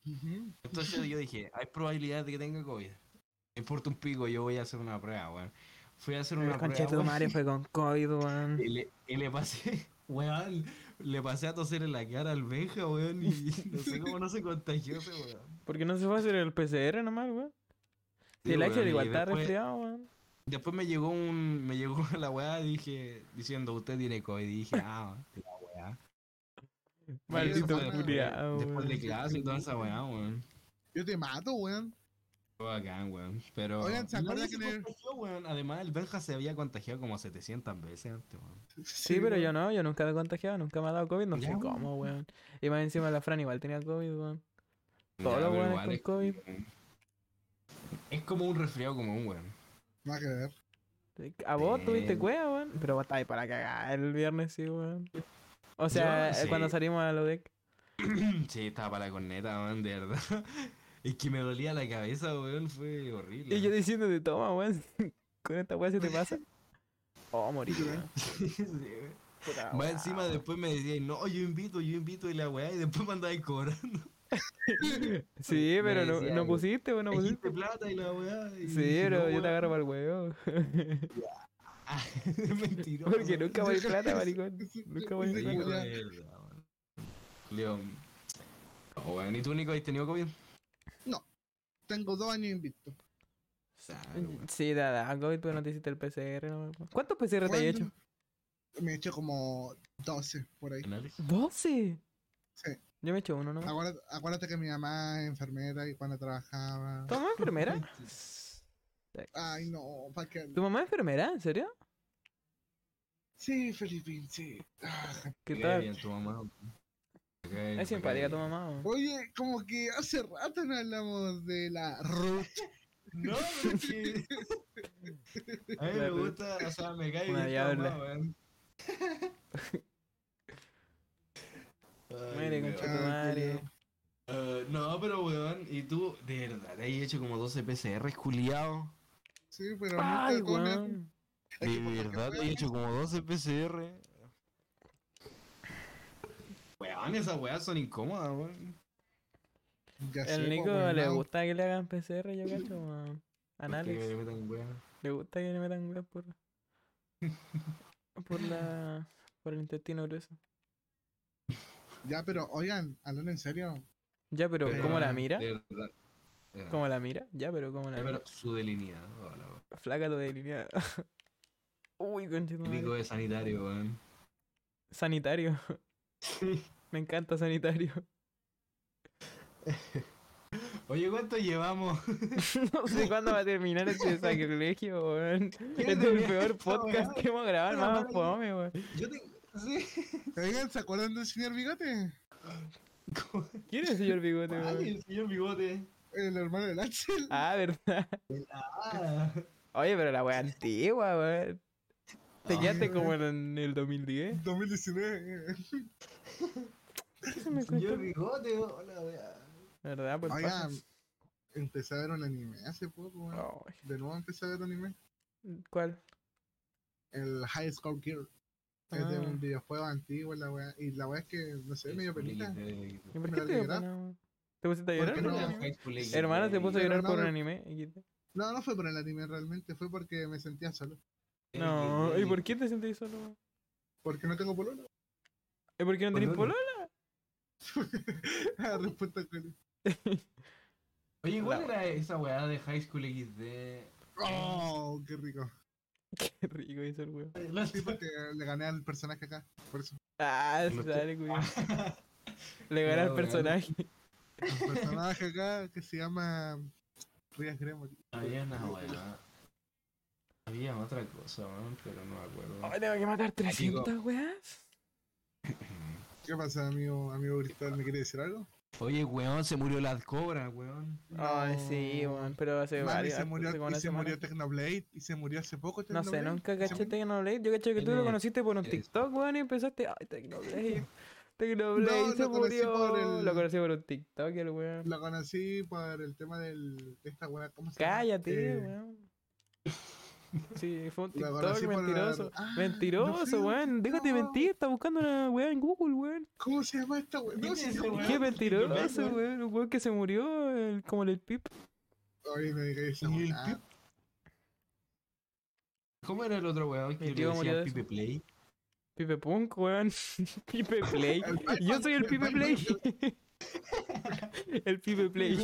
Ujú. Entonces yo dije, hay probabilidad de que tenga COVID. Me importa un pico, yo voy a hacer una prueba, weón. Fui a hacer una El conche de prueba. tu weón, madre fue con COVID, weón. Y le, y le pasé, weón, le pasé a toser en la cara al Benja, weón, y no sé cómo no se contagió ese weón. ¿Por qué no se fue a hacer el PCR nomás, weón? Si Sí, el Axel weón, y igual está después- resfriado, weón. Después me llegó un. Me llegó la weá dije. diciendo usted tiene COVID. Y dije, ah, la weá. Maldito después- culiao, Después de weón. clase y toda esa weá, weón. Yo te mato, weón. Fue bacán, weón. Pero. Oigan, ¿se acuerdan nadie que en el- contagió, weón? Además, el Benja se había contagiado como 700 veces antes, weón. Sí, pero weón. yo no, yo nunca me he contagiado, nunca me ha dado COVID, no Ya, sé weón. cómo, weón. Y más encima la Fran igual tenía COVID, weón. Todos Ya, los pero weones igual con es- COVID. Es como un resfriado común, weón. No va a creer. A vos tuviste Sí. cueva, weón. Pero vos estabas para cagar el viernes, sí, weón. O sea, Yo, eh, cuando sí. salimos a lo de... Sí, estaba para la corneta, weón, de verdad. Es que me dolía la cabeza, weón, fue horrible. Y yo diciéndote, toma, weón. Con esta weá se te pasa. Oh, morí, weón. Sí, weón. Puta Más weá, encima weón. después me decían, no, yo invito, yo invito y la weá, y después me andáis cobrando. Sí, me pero no, decía, no weón, pusiste, weón, no Me pusiste. dijiste plata y la weá. y Sí, dije, pero "No, yo te weón". agarro para el huevo. Ah, Mentiroso. Porque nunca voy a ir plata, maricón. Nunca voy a ir Sí, plata. weón, de verdad, weón. León. Oh, weón, ¿y tú, Nico, has tenido COVID? Tengo dos años invicto. Sal, weón. Sí, dada, a COVID, pero no te hiciste el PCR. no me acuerdo. ¿Cuántos PCR te has hecho? ¿Cuándo? Me he hecho como 12 por ahí. Canales. ¡12! Sí. Ah, Yo me he hecho uno nomás. Acuérdate, acuérdate que mi mamá es enfermera y cuando trabajaba. ¿Toma enfermera? Ay, no, ¿para qué? ¿Tu mamá es enfermera? ¿En serio? Sí, Felipín, sí. Ah, ¿Qué Me cae tal? bien tu mamá. Me cae- me Es simpática cae tu bien. mamá. weón. Oye, como que hace rato no hablamos de la Ruth. No, porque. A mí me Claro. gusta, o sea, me cae Una bien. diabla. tomado, weón. Ay, Muere, weón. concha tu madre. Eh, no, pero weón, y tú, de verdad, te has hecho como 12 PCR, culiao. Sí, pero ¡Ay, nunca con el- weón! Es que por lo que fue- como 12 PCR. Weón, esas weas son incómodas, weón. Ya sé, El po, Nico weón, le no. gusta que le hagan PCR, yo cacho, weón. Porque Anales. me metan weón. Le gusta que le metan weas por. por la. por el intestino grueso. Ya, pero oigan, hablando en serio. Ya, pero Pero, ¿cómo la weón, mira? De verdad. de verdad. ¿Cómo la mira? Ya, pero ¿cómo la Ay, mira? pero su delineado, hola, weón. Flaca lo delineado. Uy, conchito. Típico de sanitario, weón. Sanitario. Me encanta sanitario. Oye, ¿cuánto llevamos? No sé cuándo va a terminar este sacrilegio, weón. Este es el tenía peor esta podcast weá? que hemos grabado, el Pero más para- fome, weón. Yo te... Sí. Oigan, ¿se acuerdan del señor Bigote? ¿Quién es el señor bigote, Ay, weón? el señor bigote. El hermano del Axel. Ah, verdad. Ah. Oye, pero la wea antigua, weón. Te Ah. quedaste como en el 2010. eh, 2019. ¿Qué Este se me Señor cuenta? bigote, hola, weón. ¿Verdad? Por Oigan, pasos. empecé a ver un anime hace poco, weón. Ay, De nuevo empecé a ver anime. ¿Cuál? El High Score Girl. Es de Ah. un videojuego antiguo, la weá. Y la weá es que, no sé, medio pelita. eh, Ah. ¿Y por ¿Me qué la te dio liberás? pena, weón? ¿Te pusiste a ¿Por llorar? qué por no? el anime? Sí, Hermana, te puso a Pero llorar no por un me- anime. Y- No, no fue por el anime realmente, fue porque me sentía solo. No, ¿y por qué te sentís solo? weón? Porque no tengo pololo. ¿Y por qué no tenés Polola. polola? La respuesta que... Oye, ¿cuál era La- esa weá de High School XD? ¡Oh, qué rico! Qué rico hizo el weón. Sí, porque le gané al personaje acá, por eso. Ah, No te- sale, weón. Le gana al weón. personaje. El personaje acá que se llama... Rías Gremory. Había una weá. Había otra cosa, weón, pero no me acuerdo. Ay, tengo que matar Amigo. 300 weas. ¿Qué pasa, amigo, amigo Cristal? ¿Me quiere decir algo? Oye, weón, se murió la cobra, weón. Ay, sí, weón. Pero hace Mami, varias. se murió, hace como y una se semana. murió Technoblade y se murió hace poco No sé, Technoblade. nunca Se caché murió- Technoblade. Yo caché que tú Tiene- lo conociste por un tiene eso. TikTok, weón, y empezaste. Ay, Technoblade. Technoblade No, se lo conocí murió. por el- Lo conocí por un TikTok, el weón. Lo conocí por el tema del, de esta weá, ¿cómo se llama? Cállate, Eh, weón. Sí, fue un La TikTok conocí por la- mentiroso. Ah, no Mentiroso, fui- weón. Déjate no. mentir, está buscando una weá en Google, weón. ¿Cómo se llama esta weón? No, Dime si ese yo- weón. Qué no, mentiroso, no, no. weón. Un weón que se murió, el- como el, del Pip. Oye, no digáis esa ¿Y el weá. Pip? ¿Cómo era el otro weón que Mi le tío murió decía de Pipe Play? Pipe Punk, weón. Pipe Play. Yo soy el Pipe Play. El Pipe Play.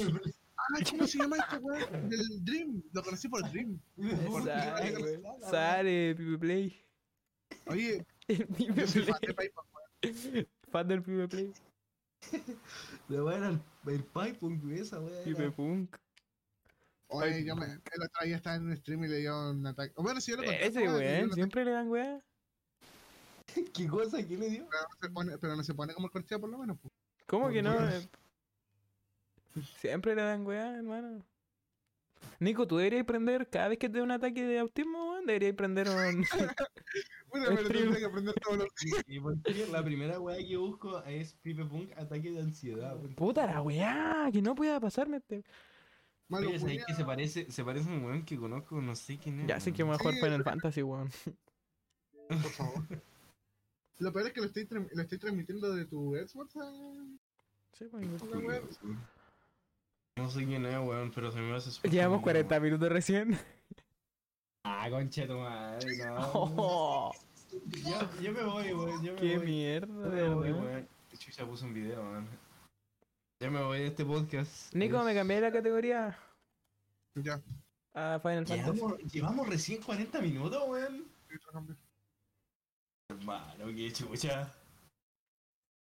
Ah, ¿cómo se llama esta weón? Del Dream. Lo conocí por Dream. Por Sare, Dream. weón. Sare, Pipe Play. Oye, El Pipe yo soy fan Play. de Pipe. Fan del Pipe Play. La weá era el, el Pipe, güey, esa weá. Pipe Punk. Oye, yo me. El otro día estaba en un stream y le dio un ataque. O Bueno, si yo lo conté. Ese, weón, le dio un weón. ataque, Siempre le dan weá. ¿Qué cosa? ¿Qué le dio? pero no se pone- Pero no se pone como el corchea, por lo menos. pues. po. ¿Cómo Por que no? Dios. Eh, Siempre le dan weá, hermano. Nico, tú deberías prender, cada vez que te dé un ataque de autismo, weón, deberías prender un... Bueno, El pero stream. tendría que aprender todos los Y por qué la primera weá que busco es Pipe Punk ataque de ansiedad. güey. Puta la weá, que no pueda pasarme este... malos Oye, ¿sabes culiados. que se parece, se parece a un weón que conozco? No sé quién es. Ya sé que me voy a jugar Sí, Final Fantasy, weón. Por favor. Lo peor es que lo estoy, tra- lo estoy transmitiendo de tu Xbox. eh. Sí, pues, weón. a- weón. No sé quién es, weón, pero se me hace su Llevamos familia, 40 minutos recién. weón. Ah, concha tu madre, no. Oh, Yo, yo me voy, weón, yo me ¡Qué voy. mierda, Yo me voy, weón. weón. Chucha puso un video, weón. Ya me voy de este podcast. Nico, Adiós. me cambié la categoría Ya, a Final Fantasy. Llevamos, llevamos recién 40 minutos, weón. otro cambio. Hermano, qué chucha.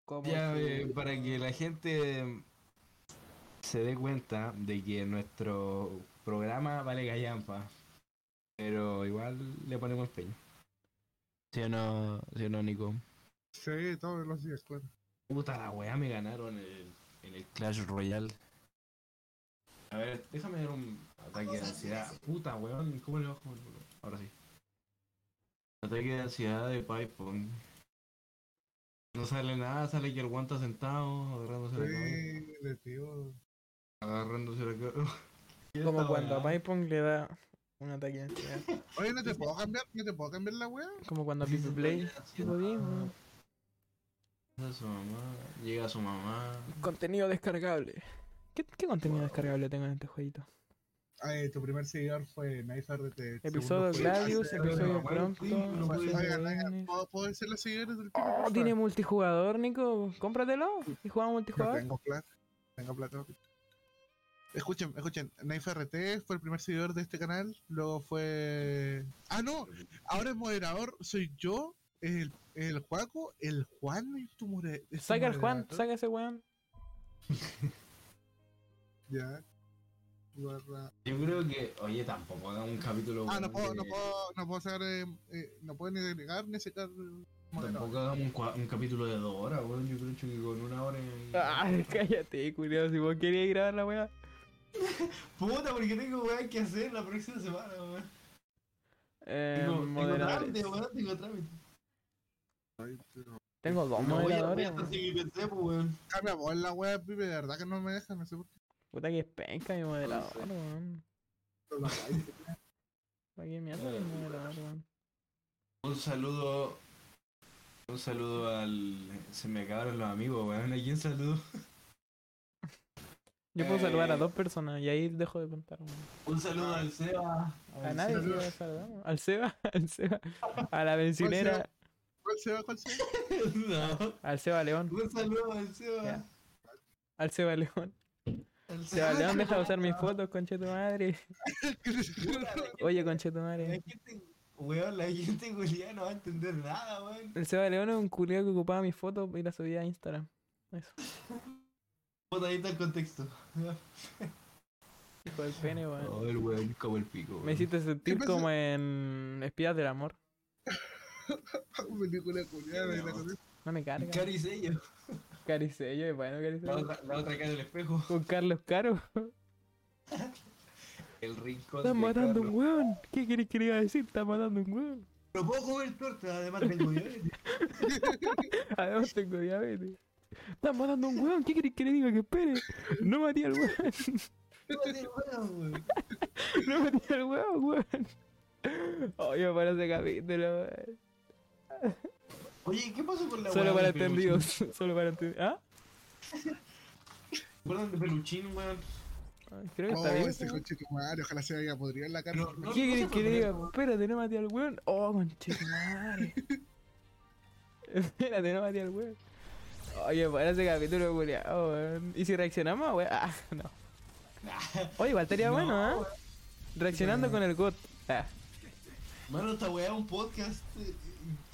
Como Ya, su- eh, para que la gente se dé cuenta de que nuestro programa vale gallampa, pero igual le ponemos peña. ¿Sí o no, sí o no, Nico? Sí, todos los días, claro. Puta la weá, me ganaron el- en el Clash Royale. A ver, déjame dar un ataque de ansiedad. Puta weón, ¿cómo le bajo el volumen? Ahora sí. Ataque de ansiedad de Python. No sale nada, sale que el guanta sentado, agarrándose la cabeza. Sí, de tío. Agarrándose la cabeza. Como cuando a Pipong le da un ataque de ansiedad. Oye, no te puedo cambiar, no te puedo cambiar la wea. Como cuando a Pipe Play. Todo bien, weón. Llega su mamá, llega su mamá. Contenido descargable. ¿Qué, qué contenido descargable tengo en este jueguito? Ay, tu primer seguidor fue NiceRT. Episodio Gladius, episodio No Prompto. puede episodio ser. Dennis. ¿Puedo, ¿Puedo decir los seguidores del tipo? Oh, tiene multijugador, Nico. Cómpratelo y jugamos No multijugador. tengo plata. Tengo plata. Escuchen, escuchen. NiceRT fue el primer seguidor de este canal. Luego fue. Ah, no. Ahora el moderador soy yo, el, el Juaco, el Juan y tu more- es tu Saca al Juan, moderador. saca ese weón. Ya. Guarda. Yo creo que, oye, tampoco haga un capítulo. Ah, no weón, puedo, de- no puedo, no puedo sacar. eh, eh, no puedo ni delegar ni sacar. eh, moderador. Tampoco hagamos un, cua- un capítulo de dos horas, weón. Yo creo que con una hora. y- Ay, cállate, culiao. Si vos querías grabar la weá. Puta, porque tengo weón que hacer la próxima semana, weón. Eh, Tengo, tengo moderadores. trámite, weón, tengo trámite. Ay, pero- Tengo dos No voy a- voy moderadores. a weón. conseguir el cepo, pues, weón. Cambia vos la wea, pibe, de verdad que no me dejan, no sé por qué. Puta que es penca mi moderador, sé. weón. pero la caí. ¿Para qué mierda mi moderador, weón? Un saludo. Un saludo al. Se me acabaron los amigos, weón. ¿A quién saludo? Yo puedo saludar a Eh. dos personas y ahí dejo de contar, weón. Un saludo al Seba. A al nadie Seba. se lo saludamos. Al Seba, al Seba, a la bencinera, ¿Cuál se va? ¿Cuál se va? No. al Seba León, Un saludo al Seba. Ya. al Seba León. Al Seba Seba. León deja de usar mis fotos, conche tu madre. Oye, conche tu La madre. gente, weón, la gente culiada no va a entender nada, weón. El Seba León es un culiao que ocupaba mis fotos y las subía a Instagram. Eso, Puta, ahí está el contexto. hijo del pene, weón. Oh, el weón, como el pico. Me hiciste sentir pensé- como en Espías del Amor. Película culiada y la cosa. No me carga. Caricello. Caricello, es bueno, La Caricello. otra, la otra cara del espejo. Con Carlos Caro. El rincón. Están de matando Carlos. un weón. ¿Qué querés que le iba a decir? Están matando un weón. No puedo comer torta, además tengo diabetes. Además tengo diabetes. Están matando un weón. ¿Qué querés que le diga que espere? No maté al weón. No, weón, weón. No maté al weón, weón. yo Oh, para ese capítulo, weón. Oye, ¿qué pasó con la weá Solo para de Peluchín? entendidos. Solo para entendidos. ¿Ah? ¿Se acuerdan de Peluchín, weón? Ay, Creo que Oh, está bien. ese ¿no? coche tu madre, ojalá se vaya a podrir en la cara. No, no. ¿Qué se querés que acuerdan de diga? eso. Espérate, no maté al weón. Oh, conchetumare. Espérate, no maté al weón. Oye, para ese capítulo, culiao, weón. ¿Y si reaccionamos, weón? Ah, no. Oye, igual estaría No, bueno, ¿ah? weón. Reaccionando con el GOT. Ah. Mano, esta weá es un podcast. eh,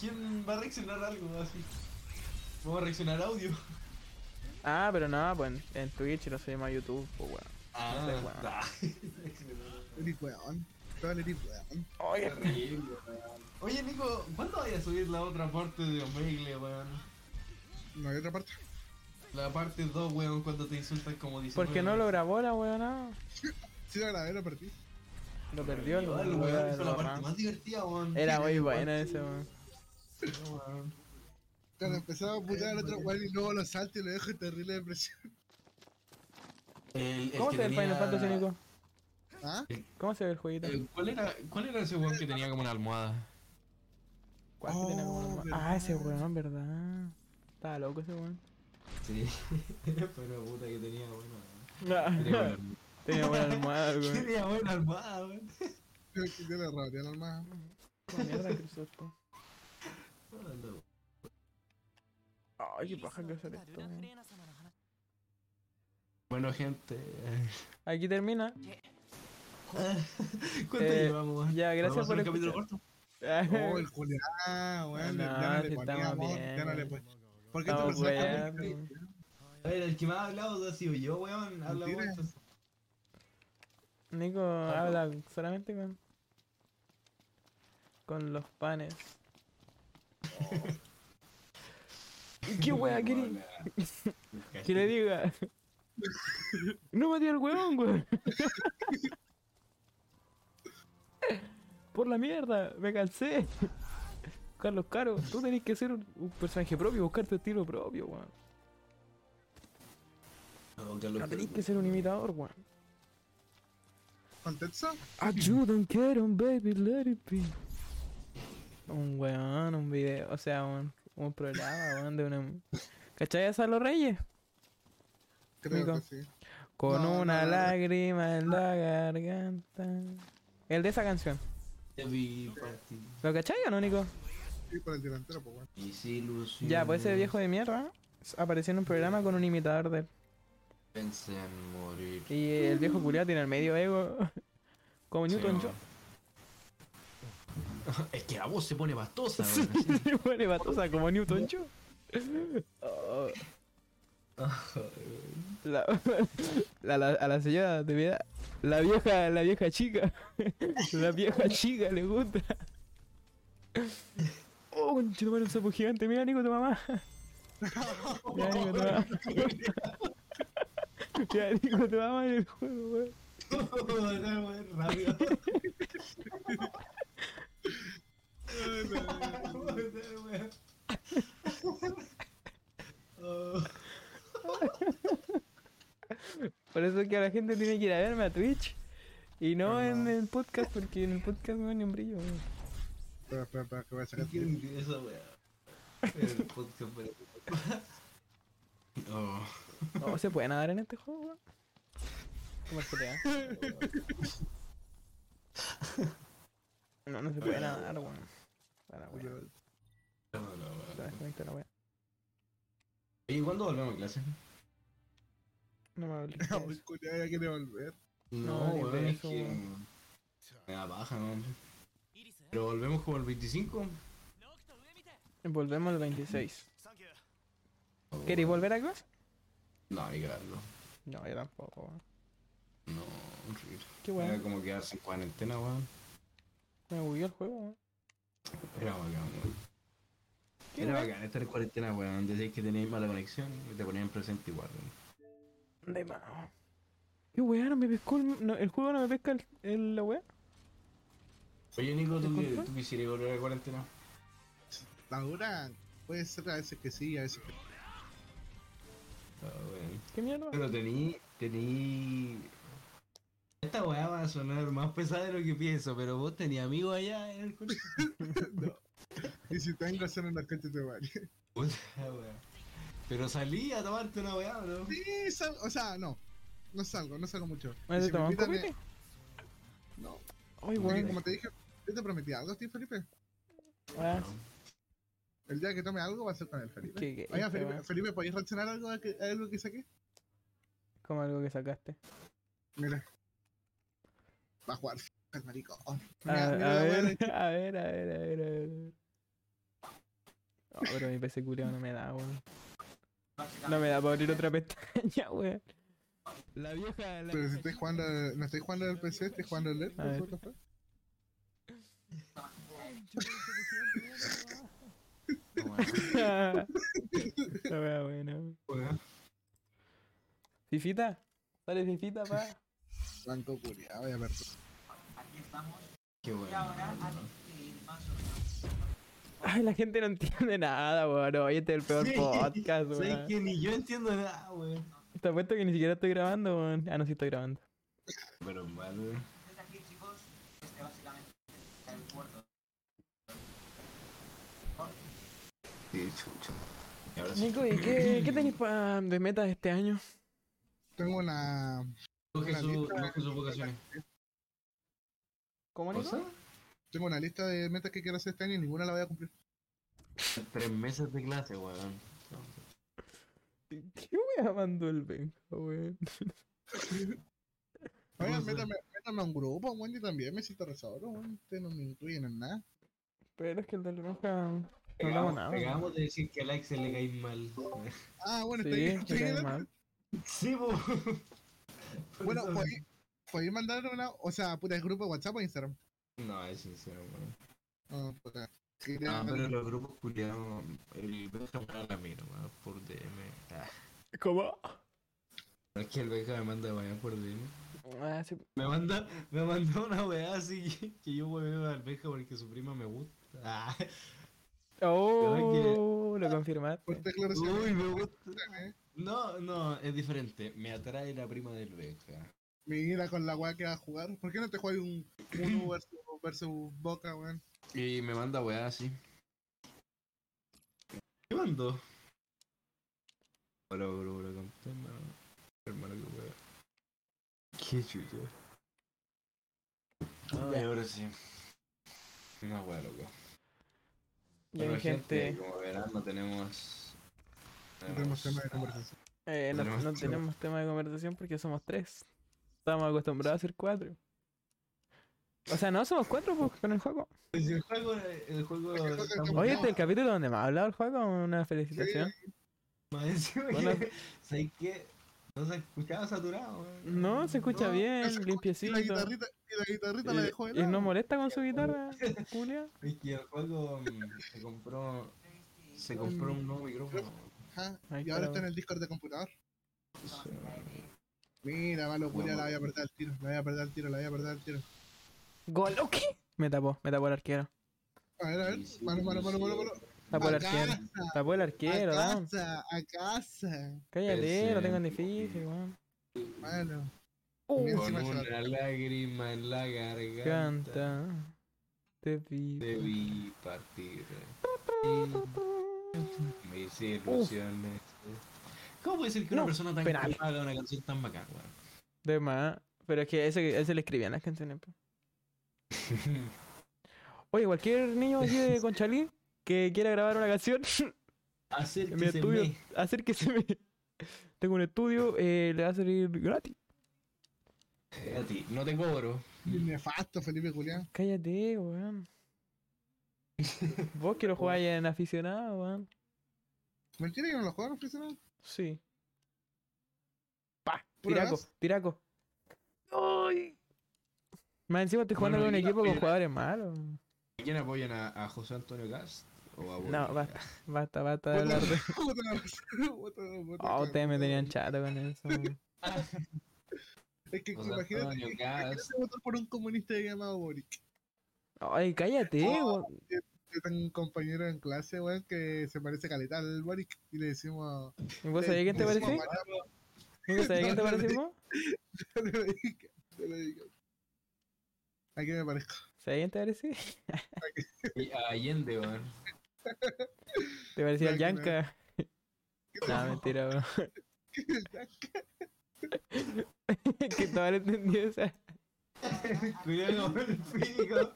¿Quién va a reaccionar algo así? Vamos a reaccionar audio. Ah, pero no, pues en- en Twitch no se llama YouTube, pues weón. Ah, sé, weón. ah. Eres weón. Total eres weón. Oye, Terrible, weón. Oye, Nico, ¿cuándo vaya a subir la otra parte de Omegle, weón? No hay otra parte. La parte 2, weón, cuando te insultan como dicen. porque no lo grabó la weón, Sí, la grabé, la partí. Lo perdió el weón. weón. weón, Fue la weón. parte más divertida, weón. Era Sí, muy weón. buena ese, weón. Sí, weón. Ah. Cuando empezaba a putear Eh, al otro weón y luego lo salto y lo dejo en terrible depresión. El, el ¿Cómo que se ve el tenía- Final Fantasy, Nico? ¿Ah? ¿Cómo se ve el jueguito? Eh, ¿Cuál era, ¿Cuál era ese weón que tenía como una almohada? ¿Cuál que tenía como Oh, normal? Ah, ese verdad. weón, verdad. Estaba loco ese weón. Sí, pero puta que tenía buena. Tenía buena almohada, el weón. Tenía buena almohada, weón. Yo yo le robaría la alma. Como mierda cruzó esto. Ay, qué paja que hacer esto. weón. Bueno, gente. Aquí termina. ¿Cuánto Eh, llevamos? weón? ya, ¿Podemos gracias hacer por un capítulo escuchar. corto? Oh, el Julián, weón. No, ya no si le estamos poníamos. Ya no le bien. poníamos. ¿Por qué esta Estamos persona weando. también? A ver, el que más ha hablado ha sido yo, weón. Habla vos, Mentira. entonces. Nico habla solamente con. Con los panes. ¿Qué wea querí? Que le diga. No maté al huevón, weón. Por la mierda, me cansé. Carlos Caro, tú tenés que ser un, un personaje propio, buscar tu estilo propio, weón. No, Carlos, No tenés que ser un imitador, weón. ¿Contexto? I you don't care, um, baby, let it be. Un weón, un video, o sea, un, un programa, weón, de una. ¿Cachai a los Reyes? Creo Nico. que sí. Con No, no, una no, no. lágrima en la garganta. El de esa canción. Heavy party. ¿Lo cachai o no, Nico? Sí, por el delantero, pues weón. Mis ilusiones. Ya, pues ese viejo de mierda s- apareció en un programa con un imitador de él. Pensan morir. Y el viejo culiado tiene el medio ego. Como Sí, Newton weón. Es que la voz se pone pastosa, weón. así. John. Huele batosa como Newton John. Oh, Ah, la, la- la- a la señora de mi edad, La vieja, la vieja chica. La vieja chica le gusta. Oh, conchetumare, un sapo gigante. Mira, Nico, tu mamá. Mira, Nico, tu mamá. Mira, Nico, tu mamá en el juego, weón. Ahora, weón, rápido. Ahora, weón. Por eso es que la gente tiene que ir a verme a Twitch y no, en el podcast, porque en el podcast no hay ni un brillo. weón. Espera, espera, espera, que voy a ¿Por sacar. qué no esa weá? El podcast para- Oh. No se puede nadar en este juego, weón. ¿Cómo se pega? No, no se puede nadar, weón. Para, weón. No, no, weón. se desconectó la weá. Oye, ¿cuándo volvemos a clase? No me hables. Ya, muy culiao, ya quiere volver. No, No, ni weón, de es eso, que. Me da paja, no. Pero volvemos como el 25. Volvemos al 26. ¿Queréis volver a clase? No, ni cagarlo. No, yo tampoco, weón. No, horrible. Qué Era weón. como quedarse en cuarentena, weón. Me bugueó el juego, weón. Era bacán, weón. Qué Era weón. bacán estar en cuarentena, weón. Decías que tenías mala conexión y te ponían presente igual, weón. De más. Qué weón, no me pescó el, no, el juego, no me pesca el, el- la weá. Oye, Nico, ¿tú, Disculpa. qui- tú quisieras volver a la cuarentena? La dura puede ser a veces que sí, a veces que no. Ah, weón. ¿Qué mierda? Pero tení, tení Esta weá va a sonar más pesada de lo que pienso, pero vos tenías amigos allá en el colegio. no. 17 años en la gente de baño. Puta weá. Pero salí a tomarte una weá, bro. Sí, sal- o sea, no. No salgo, no salgo mucho. ¿Te Y si me tomas un invitan, eh, copete? No, Ay, porque weón. como te dije, yo te prometí algo, Steve Felipe. Ah, El día que tome algo va a ser con el Felipe. qué gay, Oiga, este Felipe, weón. Felipe, ¿podéis reaccionar algo a, que- a algo que saqué? Como algo que sacaste. Mira. Va a jugar el maricón. A, Mira, a mira la wea de- ver, a ver, a ver, a ver, a ver. No, pero mi PC culiao no me da, weón. No me da para abrir otra pestaña, weón. La vieja, la Pero si estoy jugando, no estoy jugando al PC, estoy jugando al LED. A ver. ¿no? La wea buena, weón. Fifita, sale Fifita, pa. Banco curia, voy a ver. Qué weá. Ay, la gente no entiende nada, weón. No, este es el peor Sí, podcast, Sabes weón. que ni yo entiendo nada, weón. Te apuesto que ni siquiera estoy grabando, weón. Ah, no, sí estoy grabando. Pero mal, weón. Sí, chucho. Y ahora sí. Nico, ¿y qué, qué tenéis pa- de metas este año? Tengo una. Busque Una su, lista. busque sus vocaciones. ¿Cómo, ¿Cosa? Tengo una lista de metas que quiero hacer este año y ninguna la voy a cumplir. Tres meses de clase, weón. ¿Qué wea mandó el Benja, weón? Oigan, Vamos eh. a- métame, métame a un grupo, weón, y también me siento rezador, weón. Ustedes no me incluyen en nada. Pero es que el del Benja no hablamos Acabamos, nada. acabamos de decir que al Alex le cae mal. Ah, bueno, Sí, estoy, me estoy cae en- mal. Sí, po. Por Bueno, eso- pues podéis podéis mandar una. O sea, puta, el grupo de WhatsApp o Instagram. No, es sincero, weón. No, puta. Sí, pues. No, Ah, Ah, ya, pero los grupos culiados, el Benja me da la mira, weón, por DM. Ah, ¿Cómo? no es que el Benja me manda weón por DM. Ah, sí. Me manda, me mandó una weá así que, que yo hueveo al Benja porque su prima me gusta. Ah, Oh, lo confirmaste. fuerte declaración. uy, me gusta. eh. No, no, es diferente. Me atrae la prima del Benja. Mira con la weá que va a jugar. ¿Por qué no te juegas un uno versus, versus Boca, weón? Y me manda weá así. ¿Qué mandó? Hola, hola, hola, conté, hermano. Hermano, qué weá. Qué chucho. Ay, ahora sí. Una weá, loco. Ya Bueno, mi gente, Como verán, no tenemos. No tenemos tema Ah, de conversación. eh, no, tenemos no tema. tenemos tema de conversación porque somos tres. Estábamos acostumbrados a ser cuatro. O sea, no somos cuatro pues, con el juego. Pues el juego. El juego. Es que creo que está muy Oye, bueno. este es el capítulo donde me ha hablado el juego. Una felicitación. Más encima que- Bueno. ¿sabes qué? No se escuchaba saturado, weón. No, se escucha No, bien, ese- Y limpiecito. la guitarrita, y la guitarrita la dejó de Y, y no lado. molesta con su guitarra, Julia. Es que el juego mm, se compró. Se compró un nuevo micrófono. Ajá, Ahí Y ahora está. está en el Discord de computador. Sí. Mira, malo, culia, la voy a Vamos. perder el tiro, la voy a perder el tiro, la voy a perder el tiro. Gol, ok. Me tapó, me tapó el arquero. A ver, a ver, Sí, sí, mano, mano, mano, mano, mano. Tapó el A arquero. casa, Tapó el a arquero, down. casa, a casa. Cállate, lo tengo en Ese- difícil, weón. Mano, Con Encima se va. una lágrima en la garganta. Canta. Te pido. Debí partir. Mm. Y Me hice ilusiones. ¿Cómo puede ser que una No, persona tan penal. calma haga una canción tan bacán, weón? De más. Pero es que ese, ese le escribían las canciones. po. Oye, cualquier niño aquí de Conchalí que quiera grabar una canción Hacer en que mi se estudio, me. acérquese. Tengo un estudio, eh, le va a salir gratis. Eh, A ti, no te cobro. nefasto, Felipe Julián. Cállate, weón. Vos que lo jugáis en aficionado, weón. Mentira que no lo jugaron prisionero. Sí. Pa, ¿Pura tiraco, gas? tiraco. ¡Ay! Más encima estoy jugando Bueno, con un y la equipo con pena. jugadores malos. ¿A quién apoyan a, a José Antonio Cast? ¿O a No, Bolivia? basta, basta, basta de Puta, hablar de. puta, puta, puta, Oh, ustedes me puta. tenían chato con eso. weón. Es que pues, José imagínate, Antonio imagínate Cast. votar por un comunista llamado Boric. Ay, cállate, Oh. weón. Yo tengo un compañero en clase, weón, que se parece caleta al Boric. Y le decimos. ¿Y vos sabías quién te le decimos parecía? Matambo. ¿Nunca sabías quién te No, no, parecía? no. vos? Le dije, Yo le digo. ¿A qué me parezco? ¿Sabes te parecí? Y a Allende, weón. ¿Te parecía al Ya, claro. Yanka? No, mentira, weón. que todavía no entendí esa. Cuidado con el físico.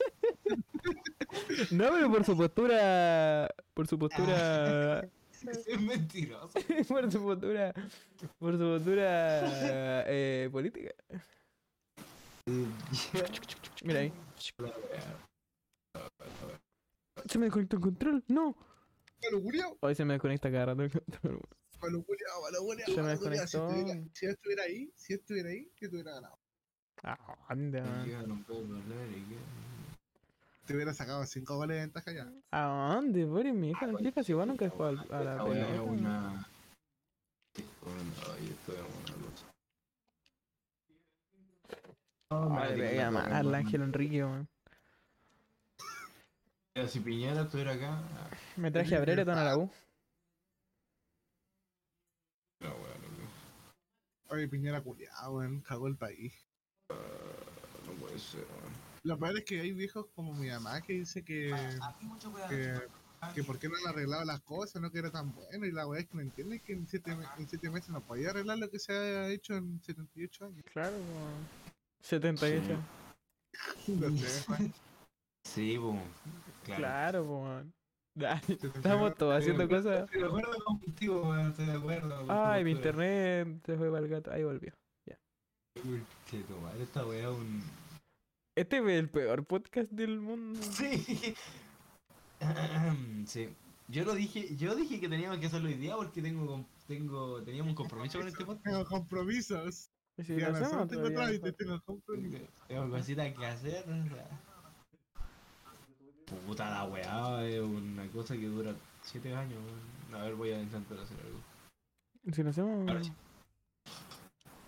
No, pero por su postura. Por su postura. Es mentiroso. por su postura. Por su postura. eh, política. Mira ahí. Se me desconecta el control. No. ¡Palo culiao! Hoy se me desconecta cada rato el control. weón. ¡Palo culiao! ¡Palo culiao! Se me palo culiao. Si desconectó. estuviera, si yo estuviera ahí, si yo estuviera ahí, yo te hubiera ganado. Ah, anda. man. Te hubiera sacado 5 goles de ventaja ya. ¿A dónde, pobre mi hija? Ah, Yo casi igual nunca he jugado al- a la Esta weá es Ah, pelota. una. Sí, bueno, ay, esto es una cosa. Ay, Ah, le voy a llamar al Ángel Enrique, weón. Mira, Si Piñera estuviera acá. ah, Me traje a Brereton a la U. No, weón, no, Oye, Piñera culiao, weón. Cagó el país. no puede ser, weón. Lo peor es que hay viejos como mi mamá que dice que. que que por qué no han arreglado las cosas, no que era tan bueno, y la weá es que no entiende que en 7 meses no podía arreglar lo que se ha hecho en 78 años. Claro, weón. 78. Sí. Lo sé, weón. Sí, boom. Claro. Claro, po, weón. Dale, te Estamos enfermas, todos haciendo cosas. Estoy de acuerdo contigo, weón, estoy de acuerdo. Ay, contigo, mi estoy de internet se fue para el gato. Ahí volvió. acuerdo. Que tu madre, esta weá es un. Este es el peor podcast del mundo. Sí. sí. Yo lo dije, yo dije que teníamos que hacerlo hoy día porque tengo, com- tengo, teníamos un compromiso con este podcast. Tengo compromisos. Y Si Ya lo no hacemos pues. son, tengo otro día, trámites, mejor. tengo compromisos. Tengo cositas que hacer. o sea. Puta la weá, es una cosa que dura 7 años. weón. A ver, voy a intentar hacer algo. Si lo hacemos. Ahora sí.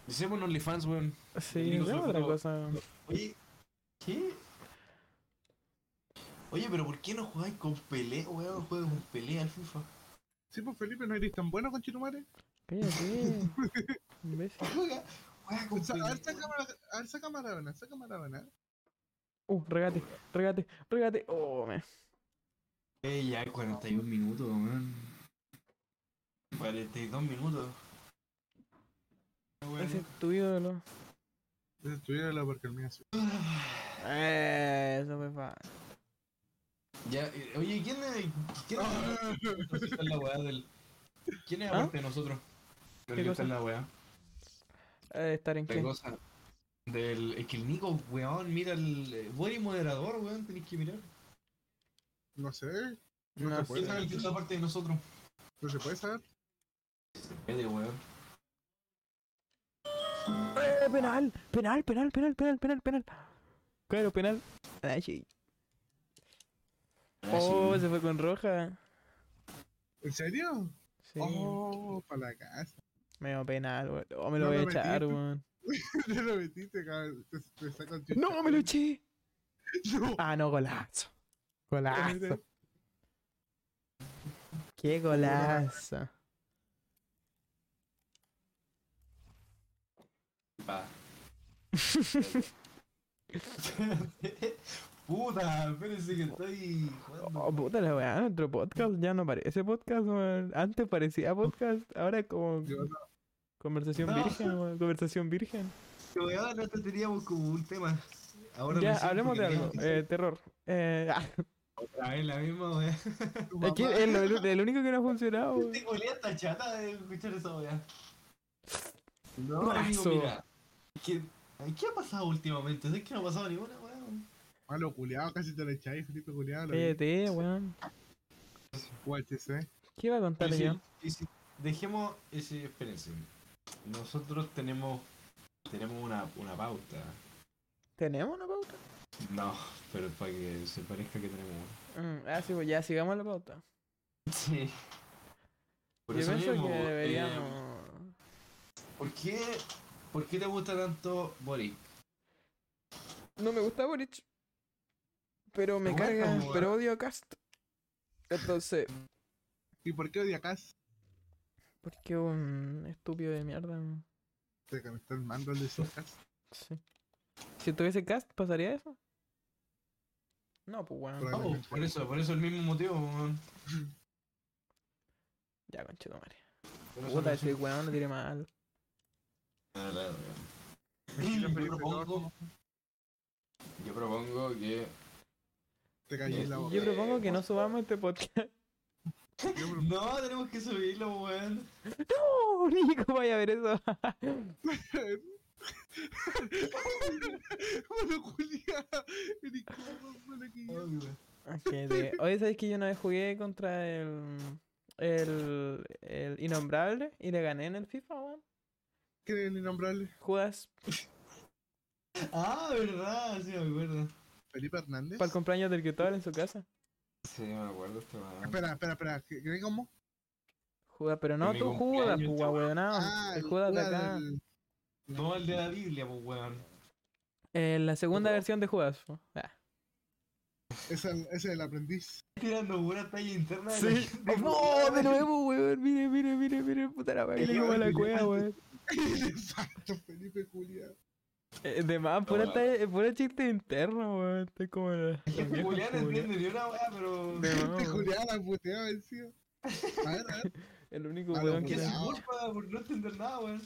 Hicimos un OnlyFans, weón. Sí, Digo, hacemos otra solo- cosa. Oye, ¿qué? Oye, pero ¿por qué no jugáis con Pelé, weón? Juegas con Pelé al FIFA. Sí, pues Felipe, ¿no eres tan bueno con Chitumare? Cállate. Imbécil. Juega, juega con O sea, a ver, Pelé. saca Mara- a ver, saca Maradona, saca Maradona. Uh, regate, regate, regate. Oh, me. Eh, ya 41 minutos, weón. 42 minutos. Ese es tu ídolo. Si tuviera la porque el mío sí. Eh, eso me fácil. Ya, eh, oye, ¿quién es, quién es el que Pues está en la weá del. ¿Quién es ¿Ah? aparte de nosotros? El ¿Qué que está cosa? en la weá. Eh, estar en La qué. cosa. Del. Es que el Nico, weón, mira el. Vos eres moderador, weón, tenéis que mirar. No sé, No se sé. puede. ¿Quién es el que está aparte de nosotros? no se puede saber. Vete, weón. Eh, penal, penal, penal, penal, penal, penal, penal. Claro, penal. Ay, sí. Ah, Oh, se fue con roja. ¿En serio? Sí. Oh, para la casa. Medio penal, weón. Oh, me lo No voy a lo echar, metiste. weón. Te lo metiste, cabrón. Te, te saca el No, me lo eché. No. Ah, no, golazo. Te Golazo. metiste- Qué golazo. Pa. Puta, espérense que estoy jugando. Oh, puta la weá, nuestro podcast ya no parece podcast, weón. Antes parecía podcast, ahora es como Yo no. conversación No. virgen, weón. Conversación virgen. Weón, antes teníamos como un tema. Ahora Ya, recién hablemos de porque algo. teníamos- Eh, terror. Eh, ah, Otra vez la misma, weón. es que es lo- el, único que no ha funcionado, weón. Tengo olía hasta chata de ah, escuchar esa weá. No, Golazo. amigo, mira. ¿Qué, ¿Qué ha pasado últimamente? Es que no ha pasado ninguna, weón. Malo culiado, casi te lo echáis, Felipe culiado. Lo vi. Cállate, weón. UHC. ¿Qué iba a contar Y si- yo? y si- Dejemos ese espérense. Nosotros tenemos tenemos una, una pauta. ¿Tenemos una pauta? No, pero para que se parezca que tenemos una. Mm, ah, sí, pues ya, sigamos la pauta. Sí. Por yo eso pienso mismo, que eh, deberíamos. ¿por, qué, ¿Por qué te gusta tanto Boric? No me gusta Boric. Pero me Te gusta, carga, weón. pero odio a Cast. Entonces, ¿Y por qué odia Cas? porque un estúpido de mierda. weón. Te conectó el mando al de su Cas. Sí. Si tuviese cast, ¿pasaría eso? No, pues weón. Probable. No, Oh, por eso, por eso el mismo motivo, weón. Ya, conchetumare. Por eso Puta, no- ese weón lo tiré mal. Ah, claro, weón. Mentira, Yo Felipe, no, propongo- Yo propongo que. Te callé la boca. Yo propongo que no subamos este podcast. Yo propongo- No, tenemos que subirlo, weón. ¡No! Nico, vaya a ver eso. Bueno, Julia, el incómodo, bueno, que ya- Ok, de- Oye, ¿sabes que yo una vez jugué contra el. El. El Innombrable y le gané en el FIFA, weón? ¿Quién es el innombrable? Judas Ah, verdad, sí me acuerdo. Felipe Hernández. para el cumpleaños del Cristóbal en su casa. Sí, me acuerdo este weón. Espera, espera, espera. ¿Qué, qué cómo? Judas, pero no mi tú, Judas, cumpleaños, pues, chaval. weonado. el Judas de Ah, Judas acá. del- No, el de la Biblia, pues, weón. Eh, la segunda Otro. versión de Judas. po. Ah. Es el, es el aprendiz. Tirando pura talla interna. de la Sí. gente, No, de nuevo, weón. Mire, mire, mire, mire. Puta la weá. que le Elefante, como la cueva, weón. Exacto, Felipe Julia. Eh, De más, pura, ta- eh, pura chiste interno, weón. Estoy como la. La gente culiada no entiende ni una weá, pero. De más, Este weón. Julia la puteaba encima. A ver, a ver. El único A lo weón que. Que se culiao. culpa por no entender nada, weón.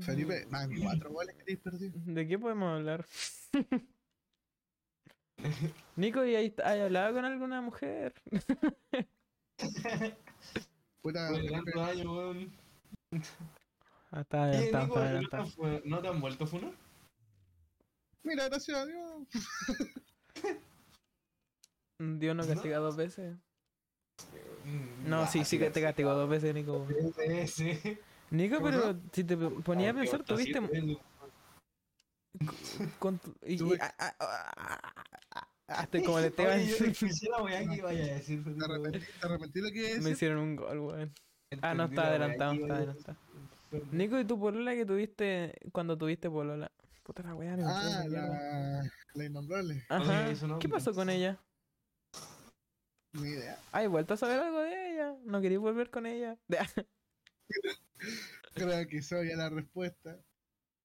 Felipe, man, cuatro goles que habéis perdido. ¿De qué podemos hablar? Nico, ¿y ahí- ¿has hablado con alguna mujer? Puta, Fue Felipe, tantos años, Eh, weón. Ah, está Oye, Nico, adelantado, está ¿no adelantado. te fue- ¿No te han vuelto a funar? Mira, gracias a Dios. Dios nos ¿No? castiga dos veces. Mm, No, ah, sí, sí que te castigó dos veces, Nico. weón. Sí, sí. Nico, ¿Cómo pero si te ponía a Aunque pensar, otro tuviste. Ah, siete veces. con tu- y- y- Tuve- ah, ah, ah, ah, ah, ah, estoy como el Esteban. Oye, yo no escuché la weá que vaya a decir. Te arrepentí, te arrepentí lo que iba a Me decir. hicieron un gol, weón. Ah, no, Entendí está la weá adelantado, que está iba a decir. adelantado. Nico, ¿y tu polola que tuviste cuando tuviste polola? Puta la weá, me entró Ah, esa mierda. la, la innombrable. Ajá. Oye, eso no, ¿Qué pasó con ella? Ni idea. Ay, vuelto a saber algo de ella. No quería volver con ella. Creo que soy la respuesta.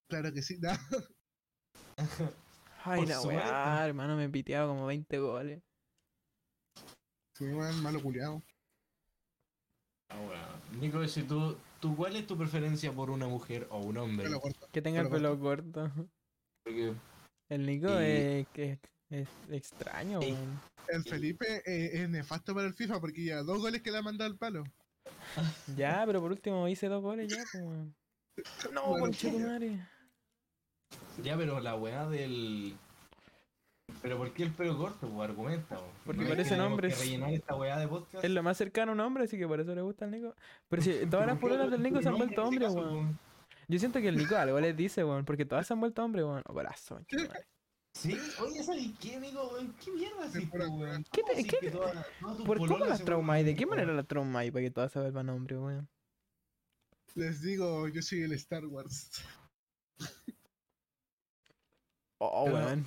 Claro que sí. No. Ay, Por la suerte. weá, hermano, me he piteado como 20 goles. Sí, man, malo culiado. Ah, weón. Nico, si tú, tú, ¿cuál es tu preferencia por una mujer o un hombre? Pelo corto. Que tenga el Pelo pelo corto. Porque El Nico Y- es, que es extraño, Sí. weón. El Felipe eh, es nefasto para el FIFA porque ya dos goles que le ha mandado al palo. Ya, pero por último hice dos goles ya, pues, weón. No, Bueno, conchetumare. Ya, pero la weá del. Pero ¿por qué el pelo corto? Pues argumenta. po. Porque No es que parecen tenemos hombres. Que rellenar esta weá de podcast. Es lo más cercano a un hombre, así que por eso le gusta al Nico. Pero si todas las pololas del Nico se han vuelto este hombres, weón. Yo siento que el Nico algo les dice, weón, porque todas se han vuelto hombres, weón. Oh, brazo, conchetumare. Sí, oye, ¿sabes qué, Nico? weón? ¿Qué mierda así, pura weón? ¿Qué ¿Cómo te- así qué que te- todas- todas tus ¿Por cómo pololas las se traumáis? ¿De vuelven qué hombres? manera las traumáis para que todas se vuelvan hombres, weón? Les digo, yo soy el Star Wars. Oh, Pero- weón.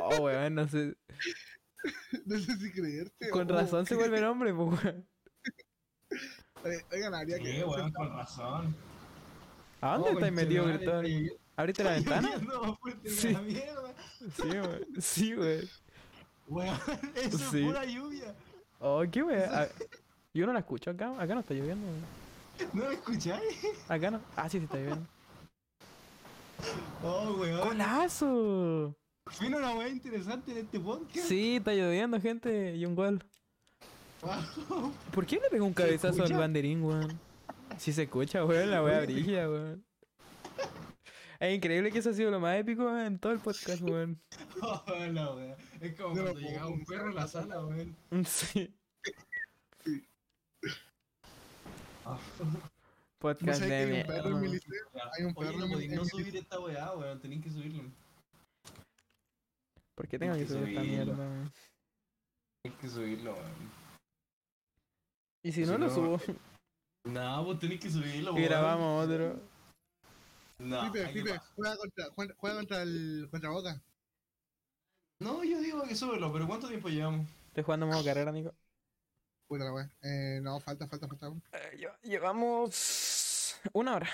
oh, weón, no sé. No sé si creerte. Con Oh, o- razón se vuelve hombre, pues, weón. Eh, Oigan, habría que. Sí, weón, con razón. ¿A dónde Oh, estáis metido, conchetumare, Cristóbal? está lloviendo- ¿Abriste está la ventana? lloviendo más fuerte que Sí. pues, la mierda. Sí, weón. Sí, weón. Weón, eso Sí. es pura lluvia. Oh, qué weón. Ah, Yo no la escucho acá. Acá no está lloviendo, weón. ¿No lo escucháis? Acá no. Ah, sí, sí está lloviendo. Oh, weón. ¡Golazo! Vino una weá interesante en este podcast. Sí, está lloviendo, gente. Y un gol. Wow. ¿Por qué le pegó un cabezazo al escucha? banderín, weón? Si se escucha, weón, la wea brilla, weón. Es increíble que eso ha sido lo más épico en todo el podcast, weón. Oh, la wea. Es como No lo cuando puedo llegaba un perro a la sala, weón. Sí. Ah. ¿No Podcast sabes que de hay un perro en mi mierda. liceo? Hay un Oye, perro no en mi- podéis en no mi subir esta weá, weón. Tenéis que subirlo. ¿Por qué tengo que Tienes que subir esta subirlo. mierda? weón? Tenéis que subirlo, weón. Y si Si no lo no, subo No, vos tenéis que subirlo, y weón. grabamos otro. No, Felipe, hay que Felipe, pa- juega contra, juega, juega contra el contra Boca. no, yo digo que súbelo, pero ¿cuánto tiempo llevamos? Estoy jugando modo carrera, Nico. Puta la wea. Eh, no, falta, falta, falta. Eh, lle- Llevamos una hora.